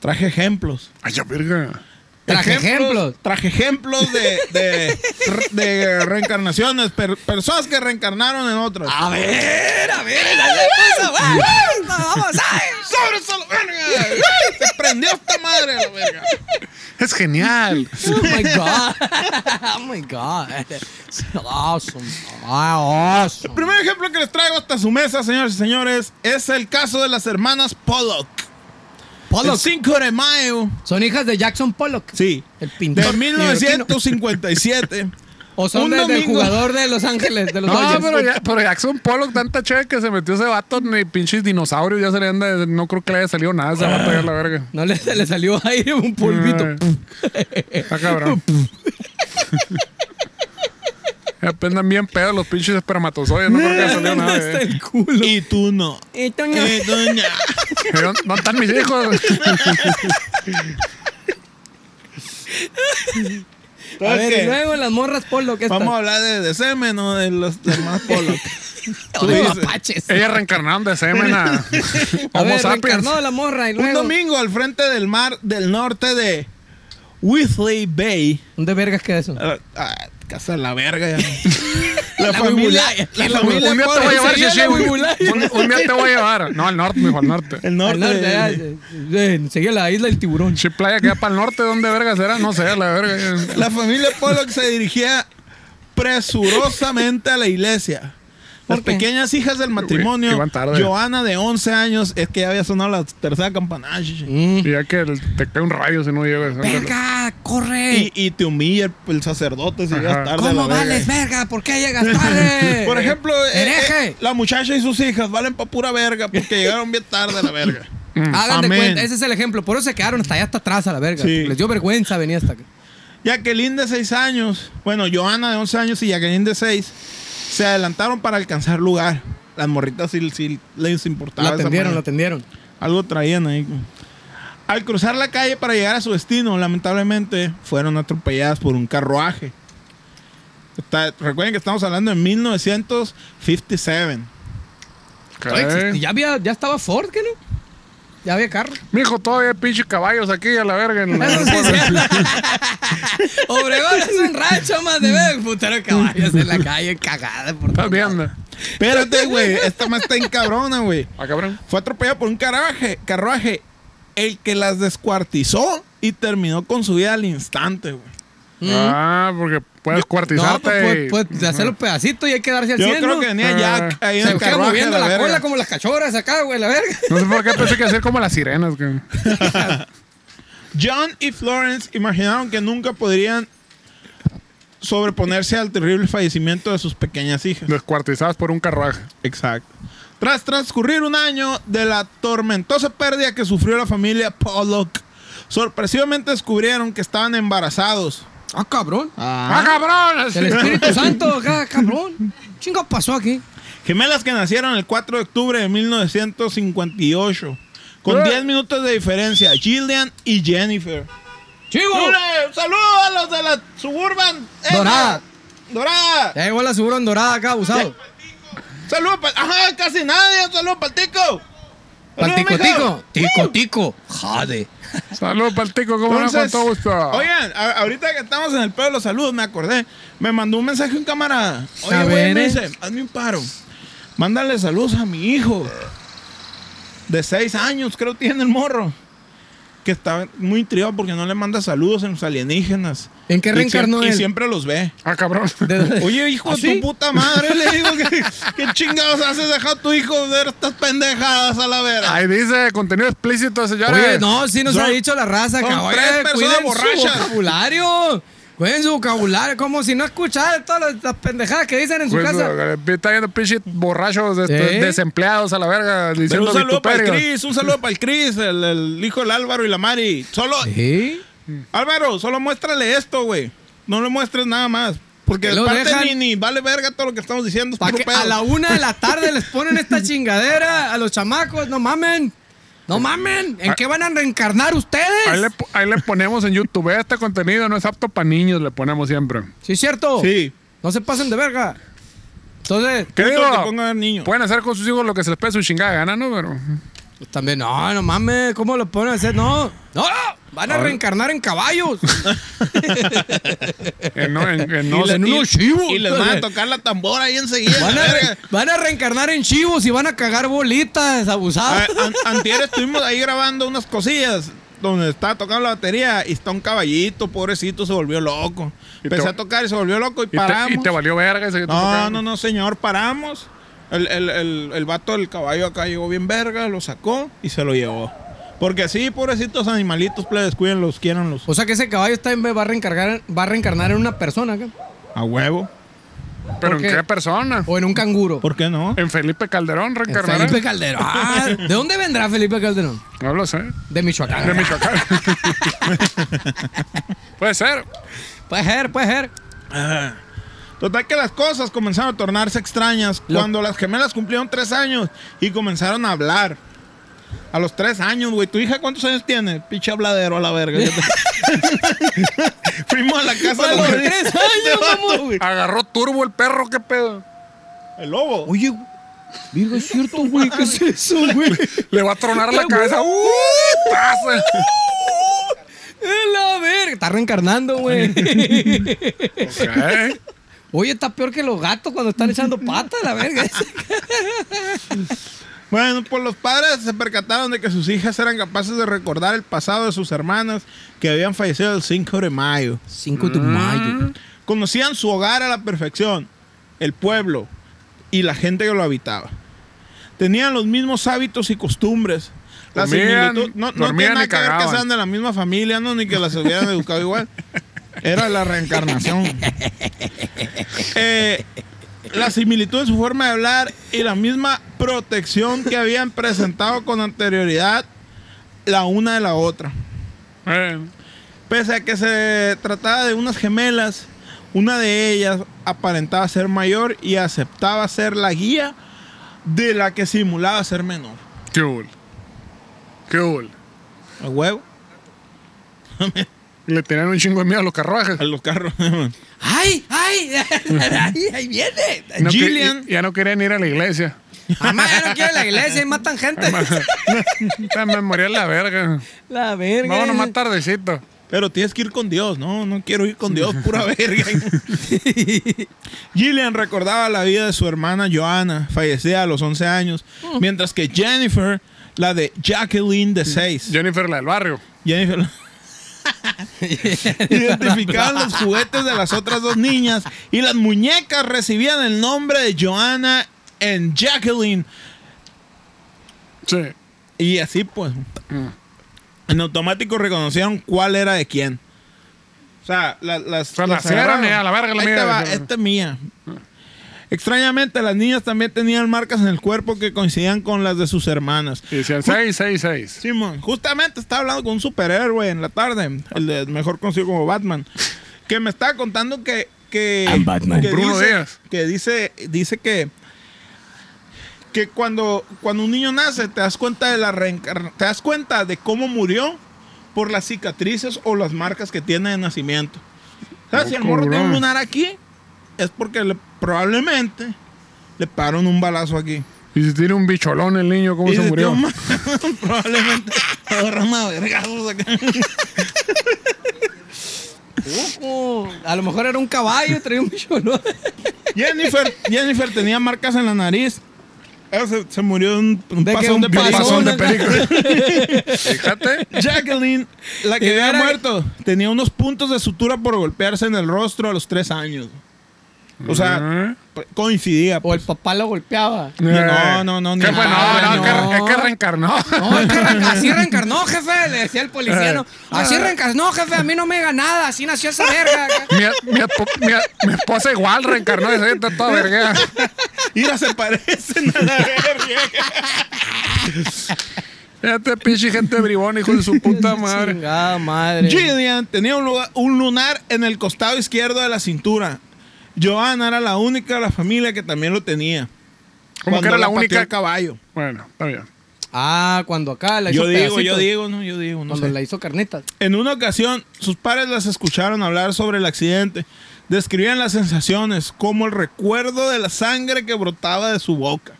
Traje ejemplos.
Ay, ya verga.
Traje ejemplos.
Traje ejemplos de, de, de reencarnaciones, per- personas que reencarnaron en otras.
A ver, a ver, esa es la cosa, güey. Vamos, ay.
¡Sobre solo, verga! ¡Se prendió esta madre, la verga!
Es genial.
Oh my god. Oh my god. Oh, Awesome. Ah, awesome.
Primer ejemplo que les traigo hasta su mesa, señores y señores, es el caso de las hermanas Pollock.
Pollock.
El 5 de mayo.
Son hijas de Jackson Pollock.
Sí.
El pintor.
De 1957.
O son
un
de- del
domingo.
jugador de Los Ángeles, de los
No,
Dodgers.
pero, ya, pero Jackson Pollock, tanta chévere que se metió ese vato, ni pinches dinosaurios, ya se le anda, no creo que le haya salido nada a ese vato ya a la verga.
No le, se le salió ahí un polvito.
Está cabrón. Aprendan bien pedo los pinches espermatozoides, no creo que haya salido nada.
Hasta
eh.
el culo.
Y tú no.
Esto no-
Y tú no.
Pero no están mis hijos.
A ver,
Ok.
y luego las morras Pollock. estas.
Pues Vamos a hablar de, de semen, ¿no? De las hermanas Pollock.
O de
dices.
mapaches.
Ellas reencarnaron de semen a
A
Homo
ver,
sapiens.
reencarnó la morra y
Un
luego...
domingo al frente del mar del norte de Whitley Bay.
¿Dónde vergas queda eso?
Ah, ah, casa de la verga. ya. La,
La
familia.
huibulaya.
La
La
Un
familia.
día te
Pollock.
voy a llevar,
Sería
sí, sí,
la
un,
vulvularia.
un- un día te voy a llevar. No, al norte, mijo, al norte.
El norte.
Al norte, ya, eh, eh, seguía la isla del tiburón.
Che playa que va para el norte, ¿dónde verga será? No sé, la verga.
La familia Pollock se dirigía presurosamente a la iglesia. Las
¿Por qué?
pequeñas hijas del
Güey,
matrimonio,
iban tarde.
Joana de 11 años, es que ya había sonado la tercera campanada.
Mm.
chichi.
Y ya que el- te cae un rayo si no llegas.
¡Verga!
Y,
¡Corre!
y te humilla el, el sacerdote si llegas
Ajá.
tarde. a la
¿Cómo
verga.
vales, verga? ¿Por qué llegas tarde?
Por ejemplo, eh, eh,
¡Hereje!
la muchacha y sus hijas valen pa' pura verga porque llegaron bien tarde a la verga.
Hagan de
Amén.
cuenta, ese es el ejemplo. Por eso se quedaron hasta allá, hasta atrás, a la verga.
Sí.
Les dio vergüenza venir hasta acá.
Jacqueline de 6 años, bueno, Joana de 11 años y Jacqueline de 6 se adelantaron para alcanzar lugar. Las morritas sí, sí les importaba.
La
esa
atendieron,
madre.
la atendieron.
Algo traían ahí. Al cruzar la calle para llegar a su destino, lamentablemente fueron atropelladas por un carruaje. Está- recuerden que estamos hablando de 1957.
Todavía
Eh.
existía- Ya, había, ya estaba Ford, ¿qué no? Ya había carro.
Mijo, todavía hay pinches caballos aquí a la verga. En la-
Eso sí es cierto. Obregón es un rancho más de ver. Putero de caballos en la calle, cagada. Por
Estás
todos lados.
viendo.
Espérate, güey. Esta más está en cabrona, güey.
Ah, cabrón.
Fue atropellada por un carruaje, carruaje, el que las descuartizó y terminó con su vida al instante, güey.
Ah, porque puedes
No,
cuartizarte.
pues, pues, pues, de hacer los pedacitos y hay que darse al
Yo
100,
creo
¿no?
que venía
Ah.
Jack ahí en
Se
el
queda
carruaje.
moviendo
a
la,
verga.
cola como las cachorras acá, güey, la verga.
No sé por qué pensé que hacer como las sirenas. güey.
John y Florence imaginaron que nunca podrían sobreponerse al terrible fallecimiento de sus pequeñas hijas.
Descuartizadas por un carruaje.
Exacto. Tras transcurrir un año de la tormentosa pérdida que sufrió la familia Pollock, sorpresivamente descubrieron que estaban embarazados.
Ah, cabrón.
¡Ah, cabrones!
El Espíritu Santo acá, cabrón. Chingo pasó aquí.
Gemelas que nacieron el 4 de octubre de 1958, con
¡Eh!
10 minutos de diferencia, Gillian y Jennifer.
¡Chivo!
¡Ule! ¡Saludos a los de la Suburban! ¡Eh,
Dorada.
no! ¡Dorada!
Ya llegó la en dorada acá, abusado.
¡Saludos para... ¡Ajá! ¡Casi nadie! ¡Un saludo para el Tico!
Pal tico,
¡Saludos, mijo!
tico. Tico, tico. Jade.
Saludos para el tico, como no, con
Entonces,
todo gusto.
Oigan, a- ahorita que estamos en el pueblo de salud, me acordé. Me mandó un mensaje un camarada. Oye,
A
güey,
ver,
me
eh.
dice, hazme un paro. Mándale saludos a mi hijo. De seis años, creo tiene el morro. Que está muy triste porque no le manda saludos en los alienígenas.
¿En qué
Y
reencarnó
siem- Y
él?
siempre los ve.
Ah, cabrón.
¿De dónde?
Oye, hijo de
¿Ah, sí?
tu puta madre, le digo, ¿qué, qué chingados haces dejar a tu hijo ver estas pendejadas a la verga?
Ahí dice contenido explícito, señores.
Oye, no, sí nos
Son-
ha dicho la raza
son
que oye,
tres personas
cuiden
borrachas.
su vocabulario. Cuiden su vocabulario, como si no escuchara todas las, las pendejadas que dicen en su
Pues,
casa.
eh, Está yendo pinches borrachos este,
¿Eh?
desempleados a la verga
Pero
diciendo
un saludo para el
vituperios.
Cris, un saludo para el Cris, el, el hijo del Álvaro y la Mari. Solo,
Sí.
Álvaro, solo muéstrale esto, güey. No le muestres nada más. Porque
Que
de
lo
parte
dejan-
ni, ni vale verga todo lo que estamos diciendo. Es
Pa'
puro
que
pedo.
a la una de la tarde les ponen esta chingadera a los chamacos, no mamen. No mamen. ¿En qué van a reencarnar
Ahí le,
ustedes?
po- ahí le ponemos en YouTube. Este contenido no es apto para niños, le ponemos siempre.
Sí, es cierto.
Sí.
No se pasen de verga. Entonces,
¿Qué
Punto
digo?
que ponga el niño.
Pueden hacer con sus hijos lo que se les pegue su chingada gana, ¿no? Pero.
pues también, no, no mames, ¿cómo lo ponen a hacer? No, no, van a reencarnar en caballos.
En, no, en- en no
le-
se-
en unos chivos.
y les van a tocar la tambora ahí enseguida.
Van a,
la
re-
verga.
van a reencarnar en chivos y van a cagar bolitas
A-
abusadas.
Ah.
an- antier estuvimos ahí grabando unas cosillas donde estaba tocando la batería y está un caballito, pobrecito, se volvió loco.
Y
Empecé
te-
a tocar y se volvió loco y,
y,
paramos.
te, y te valió verga. ese que te
No,
tocaron.
no, no, señor, paramos. El, el, el, el vato del caballo acá llegó bien verga, lo sacó y se lo llevó. Porque sí, pobrecitos animalitos, plebes, cuídenlos, quiéranlos.
O sea que ese caballo está en vez va a reencargar, va a reencarnar en una persona acá.
A huevo.
Pero
porque-
¿en qué persona?
O en un canguro.
¿Por qué no?
En Felipe Calderón,
En
reencarnará.
Felipe Calderón. Ah, ¿De dónde vendrá Felipe Calderón?
No lo sé.
De Michoacán.
De Michoacán. Puede ser.
Puede ser, puede ser.
Total que las cosas comenzaron a tornarse extrañas
Lo-
cuando las gemelas cumplieron tres años y comenzaron a hablar. A los tres años, güey. ¿Tu hija cuántos años tiene? Pinche habladero a la verga. Fuimos a la casa
A
de
los tres años, ¿cómo, güey?
Agarró turbo el perro, qué pedo.
El lobo.
Oye, güey, Virgo, es cierto, güey. ¿Qué es eso, güey?
Le va a tronar la
Qué
cabeza. ¡Uh! ¡Pase!
Es la verga. Está reencarnando, güey.
Ok.
Oye, está peor que los gatos cuando están echando pata, la verga.
Bueno, pues los padres se percataron de que sus hijas eran capaces de recordar el pasado de sus hermanas que habían fallecido el 5 de mayo.
5 de mayo.
Conocían su hogar a la perfección, el pueblo y la gente que lo habitaba. Tenían los mismos hábitos y costumbres. La
Comían,
similitud- no, no tiene
dormían
nada
y
que ver que
cagaban.
sean de la misma familia, no, ni que las hubieran educado igual. Era la reencarnación. Eh, la similitud en su forma de hablar y la misma protección que habían presentado con anterioridad la una de la otra.
Bueno.
Pese a que se trataba de unas gemelas, una de ellas aparentaba ser mayor y aceptaba ser la guía de la que simulaba ser menor.
Qué cool. Qué cool.
A huevo,
Le tenían un chingo de miedo a los carruajes.
a los carros.
¡Ay, ay! ¡Ay, ahí viene!
No que-
Gillian.
y- ya no querían ir a la iglesia.
Mamá, ya no quiere la iglesia y matan gente.
Ya Me moría en la verga.
La verga.
Vámonos más tardecito.
Pero tienes que ir con Dios, no, no quiero ir con Dios, pura verga. Gillian recordaba la vida de su hermana Joanna, fallecida a los 11 años, mientras que Jennifer, la de Jacqueline de 6.
Jennifer, la del barrio.
Jennifer. Identificaban los juguetes de las otras dos niñas y las muñecas recibían el nombre de Joanna and Jacqueline.
Sí.
Y así pues.
Mm.
En automático reconocieron cuál era de quién. O sea, la- las.
sea, nacieron
agarraron.
y a la verga la Mm.
Ahí te
mía.
va, esta es mía. Extrañamente, las niñas también tenían marcas en el cuerpo que coincidían con las de sus hermanas.
Y decían 666.
Simón, justamente estaba hablando con un superhéroe en la tarde, el de- mejor conocido como Batman, que me estaba contando que. que
I'm Batman.
que
Bruno
dice,
Díaz.
Que dice, dice que. Que cuando, cuando un niño nace, te das cuenta de la reencarnación. Te das cuenta de cómo murió por las cicatrices o las marcas que tiene de nacimiento. O sea, si el morro tiene un
Oh, Cabrón.
lunar aquí, es porque le- probablemente le pararon un balazo aquí.
Y si tiene un bicholón el niño, ¿cómo
Y
se
si
murió?
toma- Probablemente agarramos a vergazos acá.
Ojo, Oh, A lo mejor era un caballo, traía un bicholón.
Jennifer, Jennifer tenía marcas en la nariz. Ella Ah, Se, se murió de un, un
¿De qué?
pasón de
¿Un
Bien
pasón.
pasón de
Pasona.
película. Fíjate.
Jacqueline, la
Y
que había
era-
muerto, tenía unos puntos de sutura por golpearse en el rostro a los tres años. O sea,
Ajá.
pues, coincidía.
O el
pues.
papá lo golpeaba.
No, no, no, ni
eh, ¿Qué fue? No,
madre,
no, es que-
no.
es que reencarnó.
No, es que re- así reencarnó, jefe, le decía el policía. ¿no? Así reencarnó, jefe, a mí no me gana nada, así nació esa verga.
Mi, mi esp- mi- mi esposa igual reencarnó y se está toda verga.
Mira, se parecen a la verga.
Este pinche gente bribón, hijo de su puta madre.
Chingada madre.
Gillian tenía un, lugar- un lunar en el costado izquierdo de la cintura. Joanna era la única de la familia que también lo tenía.
Como que
Cuando
era la
pateó
única.
el caballo.
Bueno, está bien.
Ah, cuando acá la hizo
Yo digo, yo
pedacitos.
digo, no, yo digo, no
Cuando
sé.
la hizo carnitas.
En una ocasión, sus padres las escucharon hablar sobre el accidente. Describían las sensaciones, como el recuerdo de la sangre que brotaba de su boca.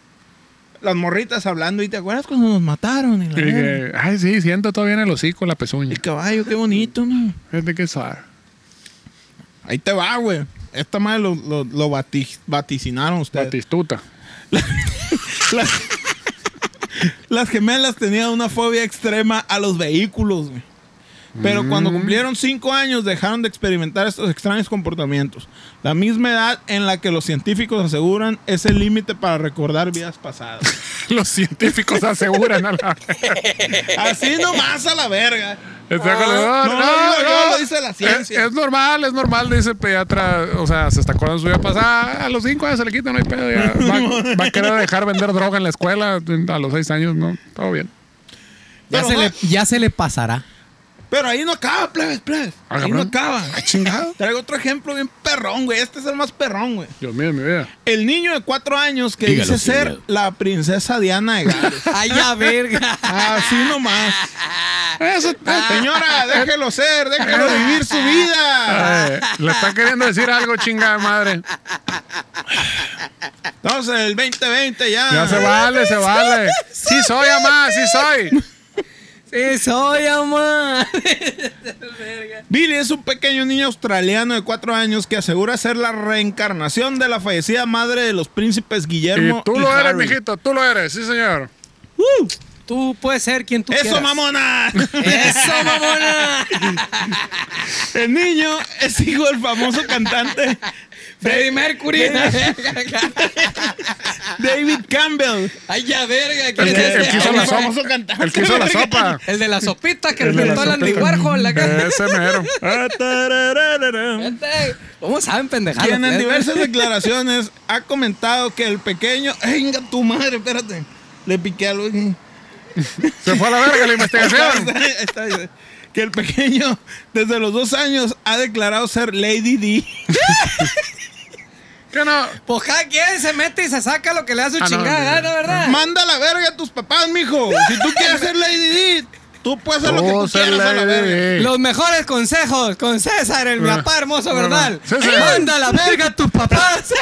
Las morritas hablando, ¿y te acuerdas cuando nos mataron? Y la
Y
verga?
que, ay, sí, siento todavía en el hocico la pezuña.
El caballo, qué bonito, ¿no?
Gente que sabe.
Ahí te va, güey. Esta madre lo, lo- lo bati- vaticinaron ustedes.
Batistuta.
Las, las gemelas tenían una fobia extrema a los vehículos, güey. Pero cuando cumplieron cinco años dejaron de experimentar estos extraños comportamientos. La misma edad en la que los científicos aseguran es el límite para recordar vidas pasadas.
Los científicos aseguran a la.
Así nomás a la verga.
Está con-
no, no, lo digo yo, lo dice la ciencia.
ah, Es, es normal, es normal, dice el pediatra. O sea, se está acordando de su vida pasada. Ah, A los cinco años se le quita, no hay pedo. ya. Va, va a querer dejar vender droga en la escuela a los seis años, ¿no? Todo bien.
Pero, no-
ya se le pasará.
pero ahí no acaba, plebes, plebes.
Ah,
ahí no
cabrón.
acaba.
Ah, chingado.
Traigo otro ejemplo bien perrón, güey. Este es el más perrón, güey.
Dios mío, mi vida.
El niño de cuatro años que
Dígalo
dice
sin
ser
miedo.
la princesa Diana de Gales.
Ay, la verga.
Así nomás.
Ah, Eso
Señora, déjelo ser, déjelo
Ah.
vivir su vida.
Eh, le está queriendo decir algo, chingada madre.
Entonces, el 2020 ya.
Ya se vale, se vale. Sí soy, amá, sí soy.
Sí, soy amor.
Billy es un pequeño niño australiano de 4 años que asegura ser la reencarnación de la fallecida madre de los príncipes Guillermo.
Y tú
y
lo eres,
Harry.
mijito, tú lo eres, sí, señor.
¡Uh!
Tú puedes ser quien tú quieras.
¡Eso, mamona!
¡Eso, mamona!
el niño es hijo del famoso cantante
Freddie Mercury.
David Campbell.
Ay, ya verga. ¿quién
El
es
que, el
este?
que hizo la
Famoso
sopa.
cantante,
El que hizo la
verga.
sopa.
El de la sopita que
El de la
inventó el Andy
sopita.
Warhol. la cara.
Ese mero.
Ah.
Gente, ¿Cómo saben pendejadas?
Quien en
eh?
diversas declaraciones ha comentado que el pequeño. ¡Venga, tu madre! Espérate. Le piqué algo aquí.
Se fue a la verga la investigación.
Ahí está, ahí está. Que el pequeño, desde los dos años, ha declarado ser Lady D.
¿Qué no?
Pues cada quien se mete y se saca lo que le da su
Ah, no, no,
chingada
no.
gana, ¿verdad?
Manda la verga a tus papás, mijo. Si tú quieres ser Lady D, tú puedes hacer lo que
Oh,
tú
ser
quieras a la
lady.
verga.
Los mejores consejos con César, el mi
Bueno,
papá hermoso,
bueno.
¿verdad?
César.
Manda la verga a tus papás.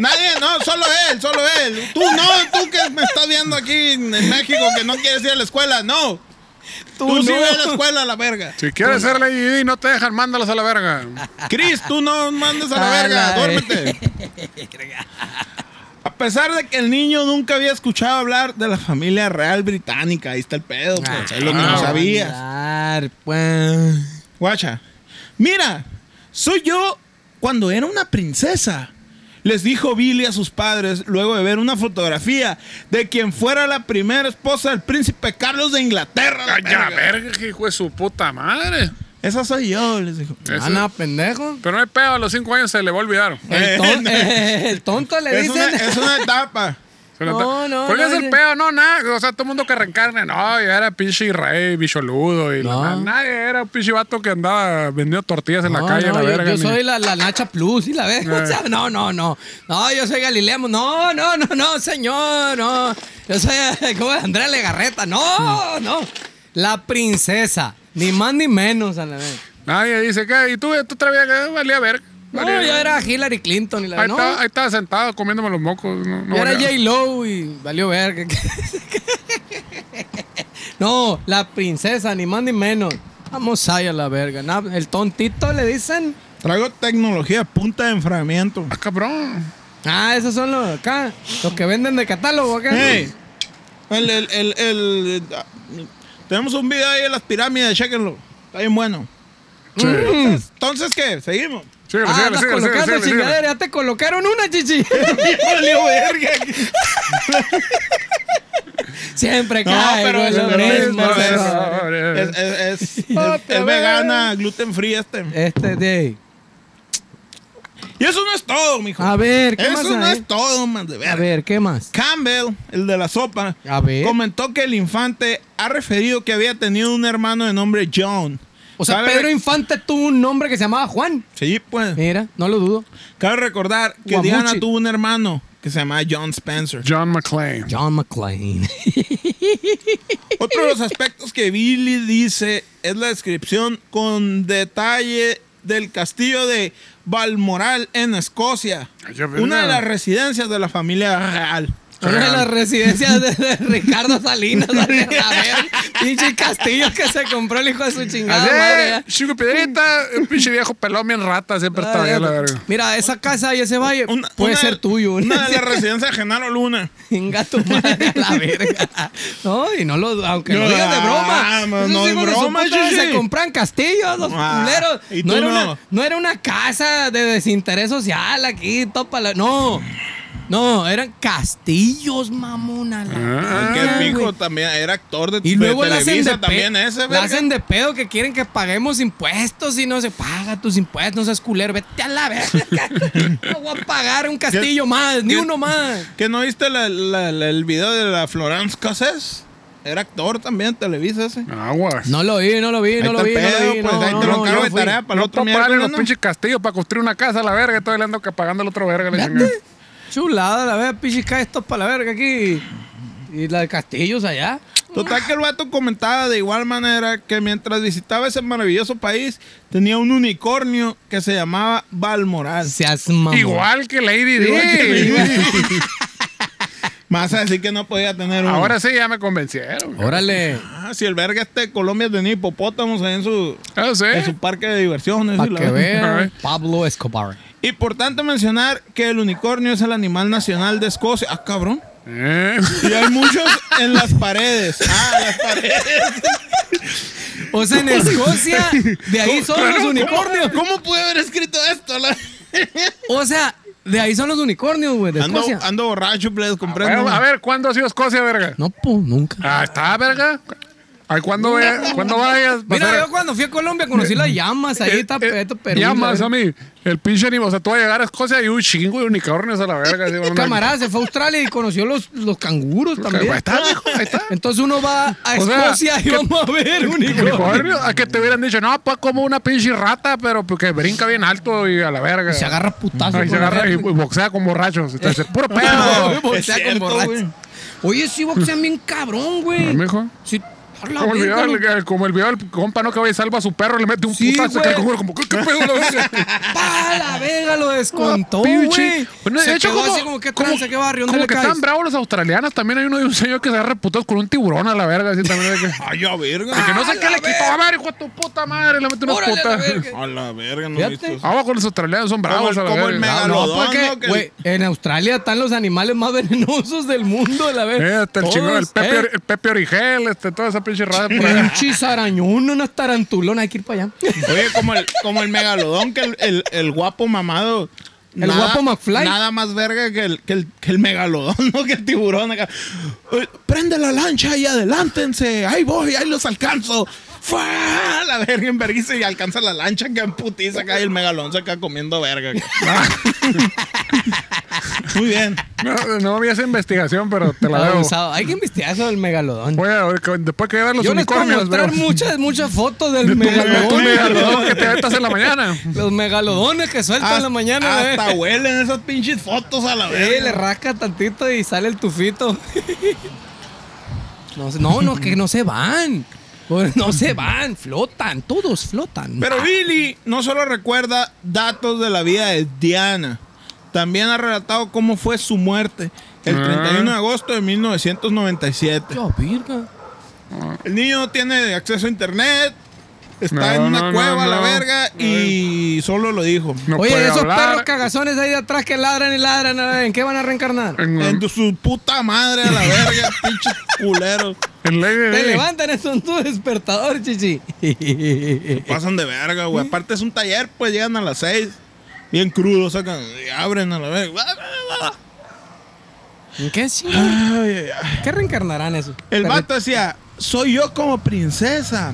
Nadie, no, solo él, solo él. Tú no, tú que me estás viendo aquí en México que no quieres ir a la escuela, no. Tú, sí
no.
ves a la escuela a la verga.
Si quieres ser Lady Di, no te dejan, mándalos a la verga.
Cris, tú no mandes a
A
la verga,
la
duérmete. pesar de que el niño nunca había escuchado hablar de la familia real británica, ahí está el pedo, pues, es lo que no
ah,
sabías.
Andar, pues.
Guacha, mira, soy yo cuando era una princesa. Les dijo Billy a sus padres luego de ver una fotografía de quien fuera la primera esposa del príncipe Carlos de Inglaterra. la
Ay, ya,
verga.
verga, que hijo de su puta madre.
Esa soy yo, les dijo.
Ese-
Ah, no, pendejo.
Pero no hay pedo, a los cinco años se le va a olvidar.
El, ton- el tonto le
Es una,
dicen.
es una etapa.
Se lo
No,
ta-
no,
Porque
no,
es el
yo-
pedo, no, nada. O sea, todo el mundo que reencarne, no, yo era pinche rey, bicholudo. Y la
No.
madre. nadie era un pinche vato que andaba vendiendo tortillas en
No,
la calle,
no,
la
yo-
verga.
yo,
ni-
soy la, la Nacha Plus, ¿sí la ves? O
Eh.
sea, no, no, no. No, yo soy Galileo. No, no, no, no, señor, no. Yo soy eh, ¿cómo es? Andrea Legarreta. No, no. La princesa. Ni más ni menos, a la vez.
Nadie dice que, y tú, tú te que valía verga.
No,
valía
yo
verga.
era Hillary Clinton y la
Ahí,
no.
estaba, ahí estaba sentado comiéndome los mocos. No, no
yo era
valía-
J. Lowe y valió verga. no, la princesa, ni más ni menos. Vamos allá a la verga. Na- El tontito le dicen.
Traigo tecnología de punta de enfriamiento.
Ah, cabrón.
Ah, esos son los acá, los que venden de catálogo acá.
Ey, el- el- el- el- ah, tenemos un video ahí de las pirámides, chequenlo. Está bien bueno.
Sí.
Entonces, ¿qué? Seguimos.
Síguele,
Mm. Ah,
síguele,
andas
síguele,
colocando
síguele, síguele.
chingadera, ya te colocaron una, chichi.
Valió verga.
Siempre
No,
cae,
pero
güey,
es,
lo
pero es-
mismo,
pero es-
pero-
es- es- es- es-
Otra
es
vez.
vegana, gluten free este.
Este de.
Y eso no es todo, mijo.
A ver, ¿qué
eso
más
no
hay?
es todo, man, de
A
verga.
ver, ¿qué más?
Campbell, el de la sopa,
A ver.
comentó que el infante ha referido que había tenido un hermano de nombre John.
O sea,
Cabe-
Pedro Eh, Infante tuvo un nombre que se llamaba Juan.
Sí, pues.
Mira, no lo dudo.
Cabe recordar que
Guamuchi.
Diana tuvo un hermano que se llamaba John Spencer.
John McClane.
John McClane.
Otro de los aspectos que Billy dice es la descripción con detalle del castillo de Balmoral en Escocia,
Ay, ya verga.
una de las residencias de la familia real.
Una de las residencias de, de Ricardo Salinas. A ver, a ver, pinche castillo que se compró el hijo de su chingada Ah, madre.
Así,
ya. Ah,
chico Pedrita, un pinche viejo pelón bien rata, siempre estaba ahí a la verga.
Mira, esa casa y ese valle
Una-
puede
una-
ser tuyo. ¿eh?
Una de las residencias de Genaro Luna.
Venga tu madre a la verga. No, y no lo, aunque lo
No,
digas de broma.
ah, no,
esos
no es
hijos de su
broma,
puta madre
Gigi.
Se compran castillos, los
Ah,
culeros.
y
No
tú
era, Una,
no.
no era una casa de desinterés social aquí, tópala. No, no, eran castillos, mamona. la verga,
Porque Ah, el
güey.
hijo también era actor de,
Ah. Y
de
luego la hacen
Televisa
de
también
pe-
ese,
la
verga.
hacen de pedo que quieren que paguemos impuestos y no se paga tus impuestos, no seas culero, vete a la verga. No voy a pagar un castillo más, ni
qué-
uno más.
¿Que no viste la- la- la- el video de la Florence Cassés? Era actor también de Televisa ese.
Aguas.
No lo vi, no lo vi,
Ahí
no lo
está
vi,
el
no lo
pedo,
vi.
pues,
no,
ahí te
no,
lo
no,
encargo
yo
de
fui.
tarea para el
No
otro
toparon
miércoles,
los
¿no?
pinches castillos para construir una casa a la verga. Todavía le ando que pagando al otro verga.
pues,
La chingada.
Chulada, la verga, pichica estos para la verga aquí. Y la de Castillos allá.
Total que el vato comentaba de igual manera que mientras visitaba ese maravilloso país tenía un unicornio que se llamaba Balmoral.
Seas mamón.
Igual que Lady
Igual que
D.
Más así que no podía tener uno.
Ahora sí ya me convencieron.
Órale.
Ah, si el verga este de Colombia tenía hipopótamos ahí en su,
Eso
en
Ah, sí.
su parque de diversiones. y
Para
la
¿Eh? que
verga.
vean. Pablo Escobar.
Importante mencionar que el unicornio es el animal nacional de Escocia. Ah, cabrón.
Eh,
Y hay muchos en las paredes. Ah, las paredes.
O sea, en Escocia, de ahí son los unicornios.
¿Cómo pude haber escrito esto? La-
O sea, de ahí son los unicornios, güey, de
Ando,
Escocia.
ando borracho, please, comprendo.
Ah, bueno, a ver, ¿cuándo ha sido Escocia, verga?
No, pues, nunca.
Ah, está, verga. Ay, ¿cuándo, ve- ¿cuándo vayas?
Mira,
Vas a-
yo cuando fui a Colombia conocí las llamas, ahí
Eh,
está
eh,
esto Perú.
Ya
la
más
verga.
a mí. El pinche ni, o sea, tú vas a llegar a Escocia y un chingo de unicornios a la verga. así, una-
Camarada se fue a Australia y conoció los, los canguros
Ahí
también.
está, mijo, ahí está.
Entonces uno va a
O sea,
Escocia y
que-
vamos a ver unicornio.
Unicornio, a que te hubieran dicho, no, pues como una pinche rata, pero pues, que brinca bien alto y a la verga.
Se agarra putazo.
Ahí se
con la
agarra y Ah, pues
verga.
boxea con borrachos. Entonces, puro pedo.
Boxea con
cierto,
borrachos.
güey.
Oye, sí boxean bien cabrón,
No,
güey.
mijo.
Sí, Hola,
Como el, video,
verga,
del-
lo-
el- como el video del compa, ¿no? Que va y salva a su perro, le mete un
Sí,
putazo. Que
güey.
el canguro como, ¿qué, qué pedo? la verga?
¡Pa, la verga! Lo descontó,
Ah,
güey.
pinche. Bueno,
Se
de hecho,
quedó
como,
así como, ¿qué tranza? ¿Qué barrio? ¿Dónde
como
le
que
caes?
están bravos los australianos. También hay uno de un señor que se ha reputado con un tiburón a la verga. Así también. de que,
A la verga.
que no sé
la
qué le quitó. A ver, hijo de tu puta madre. Le mete unas
Órale, la
putas.
verga.
A la verga, no he
Fíjate.
visto eso.
Abajo los australianos son bravos
Como el-
a la
como
verga.
el mega-
Ah,
Megalodón,
no, porque,
¿no? Que-
güey, en Australia están los animales más venenosos del mundo, la
Eh,
verga.
hasta el
Todos,
chingón, el Pepe,
eh.
el Pepe Origel, este, toda esa pinche raza por ahí.
Pinches arañón, unas tarantulonas, hay que ir para allá.
Oye, como el, como el megalodón, que el, el- el guapo mamado.
El guapo McFly.
Nada más verga que el, que el, que el megalodón, ¿no? Que el tiburón acá. Oye, Prende la lancha y adelántense. Ahí voy, ahí los alcanzo. ¡Fua! La verga en vergüenza y alcanza la lancha que emputiza acá y el megalodón se acá comiendo verga. Muy bien.
No, no había esa investigación, pero te la debo.
Abusado. Hay que investigar eso del megalodón.
Voy a, después que vean los
Yo les puedo
unicornios,
mostrar
veo.
muchas, muchas fotos del
Tú
megalodón.
mira, lo que te aventas en la mañana.
Los megalodones que sueltan en la mañana. eh.
Hasta huelen esas pinches fotos a la
Eh, le
verga.
rasca tantito y sale el tufito. No, se- no, no, que no se van. No se van, flotan, todos flotan.
Pero Billy no solo recuerda datos de la vida de Diana, también ha relatado cómo fue su muerte el
Ah.
31 de agosto de 1997.
Yo, virga.
El niño no tiene acceso a internet, está
No,
en una
no, no,
cueva a la
no.
verga y solo lo dijo.
No
Oye,
puede
esos
hablar.
perros cagazones ahí de atrás que ladran y ladran, ladran, ¿en qué van a reencarnar?
En,
En su puta madre a la verga, pinche culero.
en Lady
Te
Di.
levantan, eso es tu despertador, chichi.
Pasan de verga, güey. Aparte es un taller, pues llegan a las 6, bien crudos, sacan y abren a la verga.
¿En qué chingado?
Ay, ay, ay.
¿Qué reencarnarán eso?
El
Perri-
vato decía, soy yo como princesa.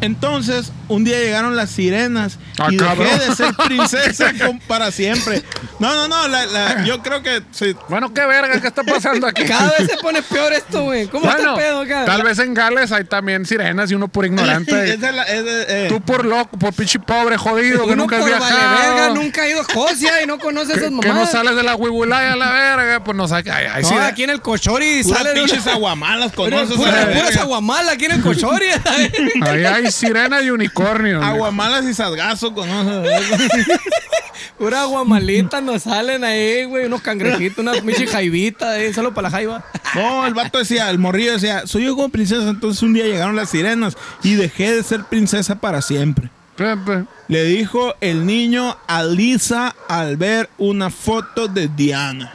Entonces, un día llegaron las sirenas
Ah,
y
cabrón.
dejé de ser princesa con- para siempre. No, no, no, la- la- yo creo que se-
Bueno, qué verga, ¿qué está pasando aquí?
Cada vez se pone peor esto, güey. ¿Cómo
bueno,
está el pedo acá?
tal vez en Gales hay también sirenas y uno por ignorante.
Esa es la- es de- eh,
Tú por loco, por pinche pobre, jodido, que
Uno
nunca has
por
viajado.
valeverga nunca ha ido a Escocia y no conoce
que,
esas
que
mamadas.
no sales de la huibulaya a la verga, pues no saca. Ay, ay,
No,
sí,
aquí en el Cochori
puras
sale de
pinches
una-
aguamalas con
Pero
esos, a la
pura,
verga.
puras aguamala aquí en el Cochori.
ahí hay sirenas y unicornios.
Aguamalas y salgazo con esos, a la verga.
Pura aguamalita nos salen ahí, güey. Unos cangrejitos, una pinche jaivita, eh, solo para la jaiva.
No, el vato decía, el morrillo decía, soy yo como princesa. Entonces un día llegaron las sirenas y dejé de ser princesa para siempre.
Pepe.
Le dijo el niño a Lisa al ver una foto de Diana.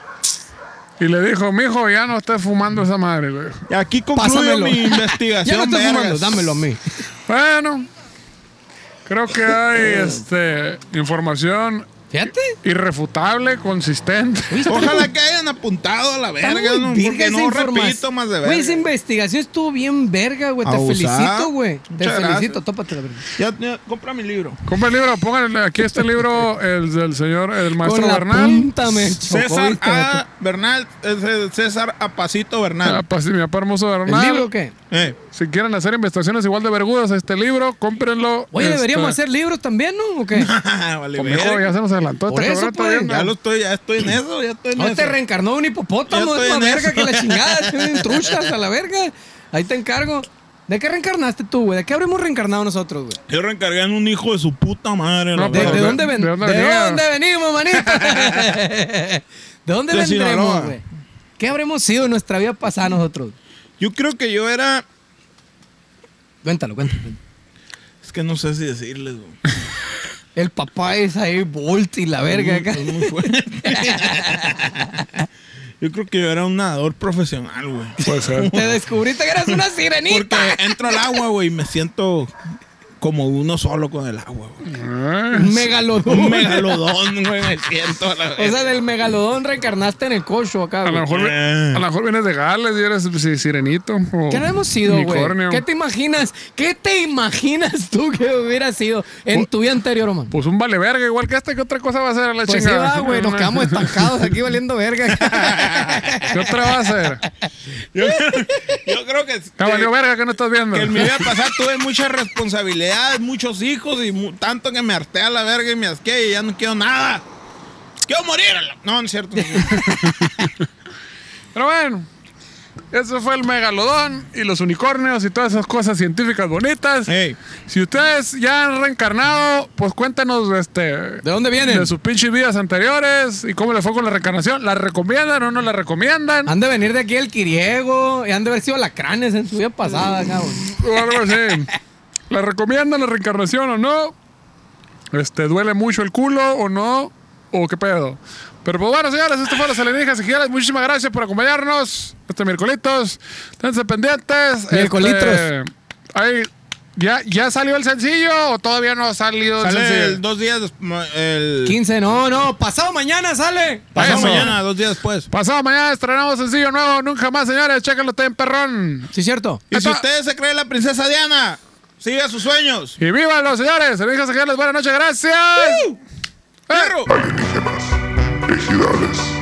Y le dijo, mijo, ya no estés fumando esa madre. güey".
Y aquí concluyo
Pásamelo.
mi
Ya no
investigación.
estoy fumando,
vergas.
dámelo a mí.
Bueno, creo que hay este, información
Fíjate.
irrefutable, consistente.
Ojalá que hayan apuntado a la
Está
verga,
muy
¿no?
virga
porque
esa
no
informa-
repito más de
Güey, esa
verga.
investigación estuvo bien verga, güey. Te
Abusada.
felicito, güey. Te
Muchas gracias.
felicito. Tópate la verga.
Ya, ya, compra mi libro.
Compra el libro, pónganle aquí este libro, el del señor, el maestro
Con la
Bernal.
punta me chocó,
César
¿viste?
A. Bernal, es el César Apacito
Ah,
Bernal.
pa- sí, mi papá hermoso
¿El
Bernal.
libro o qué?
Eh,
Si quieren hacer investigaciones igual de vergudas a este libro, cómprenlo.
Oye, deberíamos
este,
hacer libros también, ¿no? ¿O qué? Pues
vale,
Conmigo
verga.
ya se nos adelantó
Por
este
eso,
cabrón. está
pues,
bien,
Ya
¿no?
lo estoy, ya estoy en eso, ya estoy en
No
eso.
te reencarnó un hipopótamo,
Ya
es
estoy
más
en
verga
eso.
que la chingada, tienen truchas a la verga. Ahí te encargo. ¿De qué reencarnaste tú, güey? ¿De qué habremos reencarnado nosotros, güey?
Yo reencargué en un hijo de su puta madre. la
No,
¿De,
pero-
de
verga.
dónde, ven-
¿de dónde
de
venía?
dónde venimos, manito? ¿De dónde
De Sinaloa.
vendremos, güey? ¿Qué habremos sido en nuestra vida pasada nosotros?
Yo creo que yo era.
Cuéntalo, cuéntalo. cuéntalo.
Es que no sé si decirles, güey.
El papá es ahí, Bolt y la verga acá.
Estoy muy fuerte. yo creo que yo era un nadador profesional, güey.
Puede ser.
Te descubriste que eras una
Porque
sirenita.
entro al agua, güey, y me siento como uno solo con el agua, güey.
Ah,
Un megalodón.
Un megalodón, güey, me siento a la
O
vez.
sea, del megalodón reencarnaste en el cocho acá,
A
güey.
lo, mejor, vi-
Eh.
a lo mejor vienes de Gales y eres sí, sirenito. O
¿Qué no hemos sido, güey?
unicornio.
¿Qué te imaginas? ¿Qué te imaginas tú que hubiera sido en tu vida anterior, man?
Pues un vale verga, igual que este, ¿qué otra cosa va a hacer a la
Pues sí
chingada?
va, güey, nos quedamos estancados aquí valiendo verga.
¿Qué otra va a hacer?
Yo, yo creo que,
Te valió
que,
verga que no estás viendo.
que en mi vida pasada tuve muchas responsabilidades, muchos hijos y mu- tanto que me harté a la verga y me asqué y ya no quiero nada. Quiero morir. a la- No, no es cierto. no es cierto.
Pero bueno, Eso fue el megalodón y los unicornios y todas esas cosas científicas bonitas.
Ey.
Si ustedes ya han reencarnado, pues cuéntanos este,
¿De dónde vienen?
de sus pinches vidas anteriores y cómo les fue con la reencarnación. ¿La recomiendan o no la recomiendan?
Han de venir de aquí el Quiriego y han de haber sido lacranes en su vida pasada, cabrón.
O algo así. ¿La recomiendan la reencarnación o no? Este, ¿Duele mucho el culo o no? ¿O qué pedo? Pero pues bueno, señores, esto fue Las Alienígenas Ejidales. Muchísimas gracias por acompañarnos este miércolitos. Esténse pendientes.
Miércolitos.
Este, ahí, ¿ya, ¿Ya salió el sencillo o todavía no ha salido el
Sale
sencillo?
el dos días después. El
15, no, no, pasado mañana sale.
pasado
Eso.
mañana, dos días después.
Pasado mañana estrenamos sencillo nuevo. Nunca más, señores. Chéquenlo, está en perrón.
Sí, cierto.
Y si
Esto-
usted se cree la princesa Diana, siga sus sueños.
Y vivan los señores. Alienígenas Eh, Ejidales, buenas noches. Gracias.
¡Perro!
alienígenas, ejidales.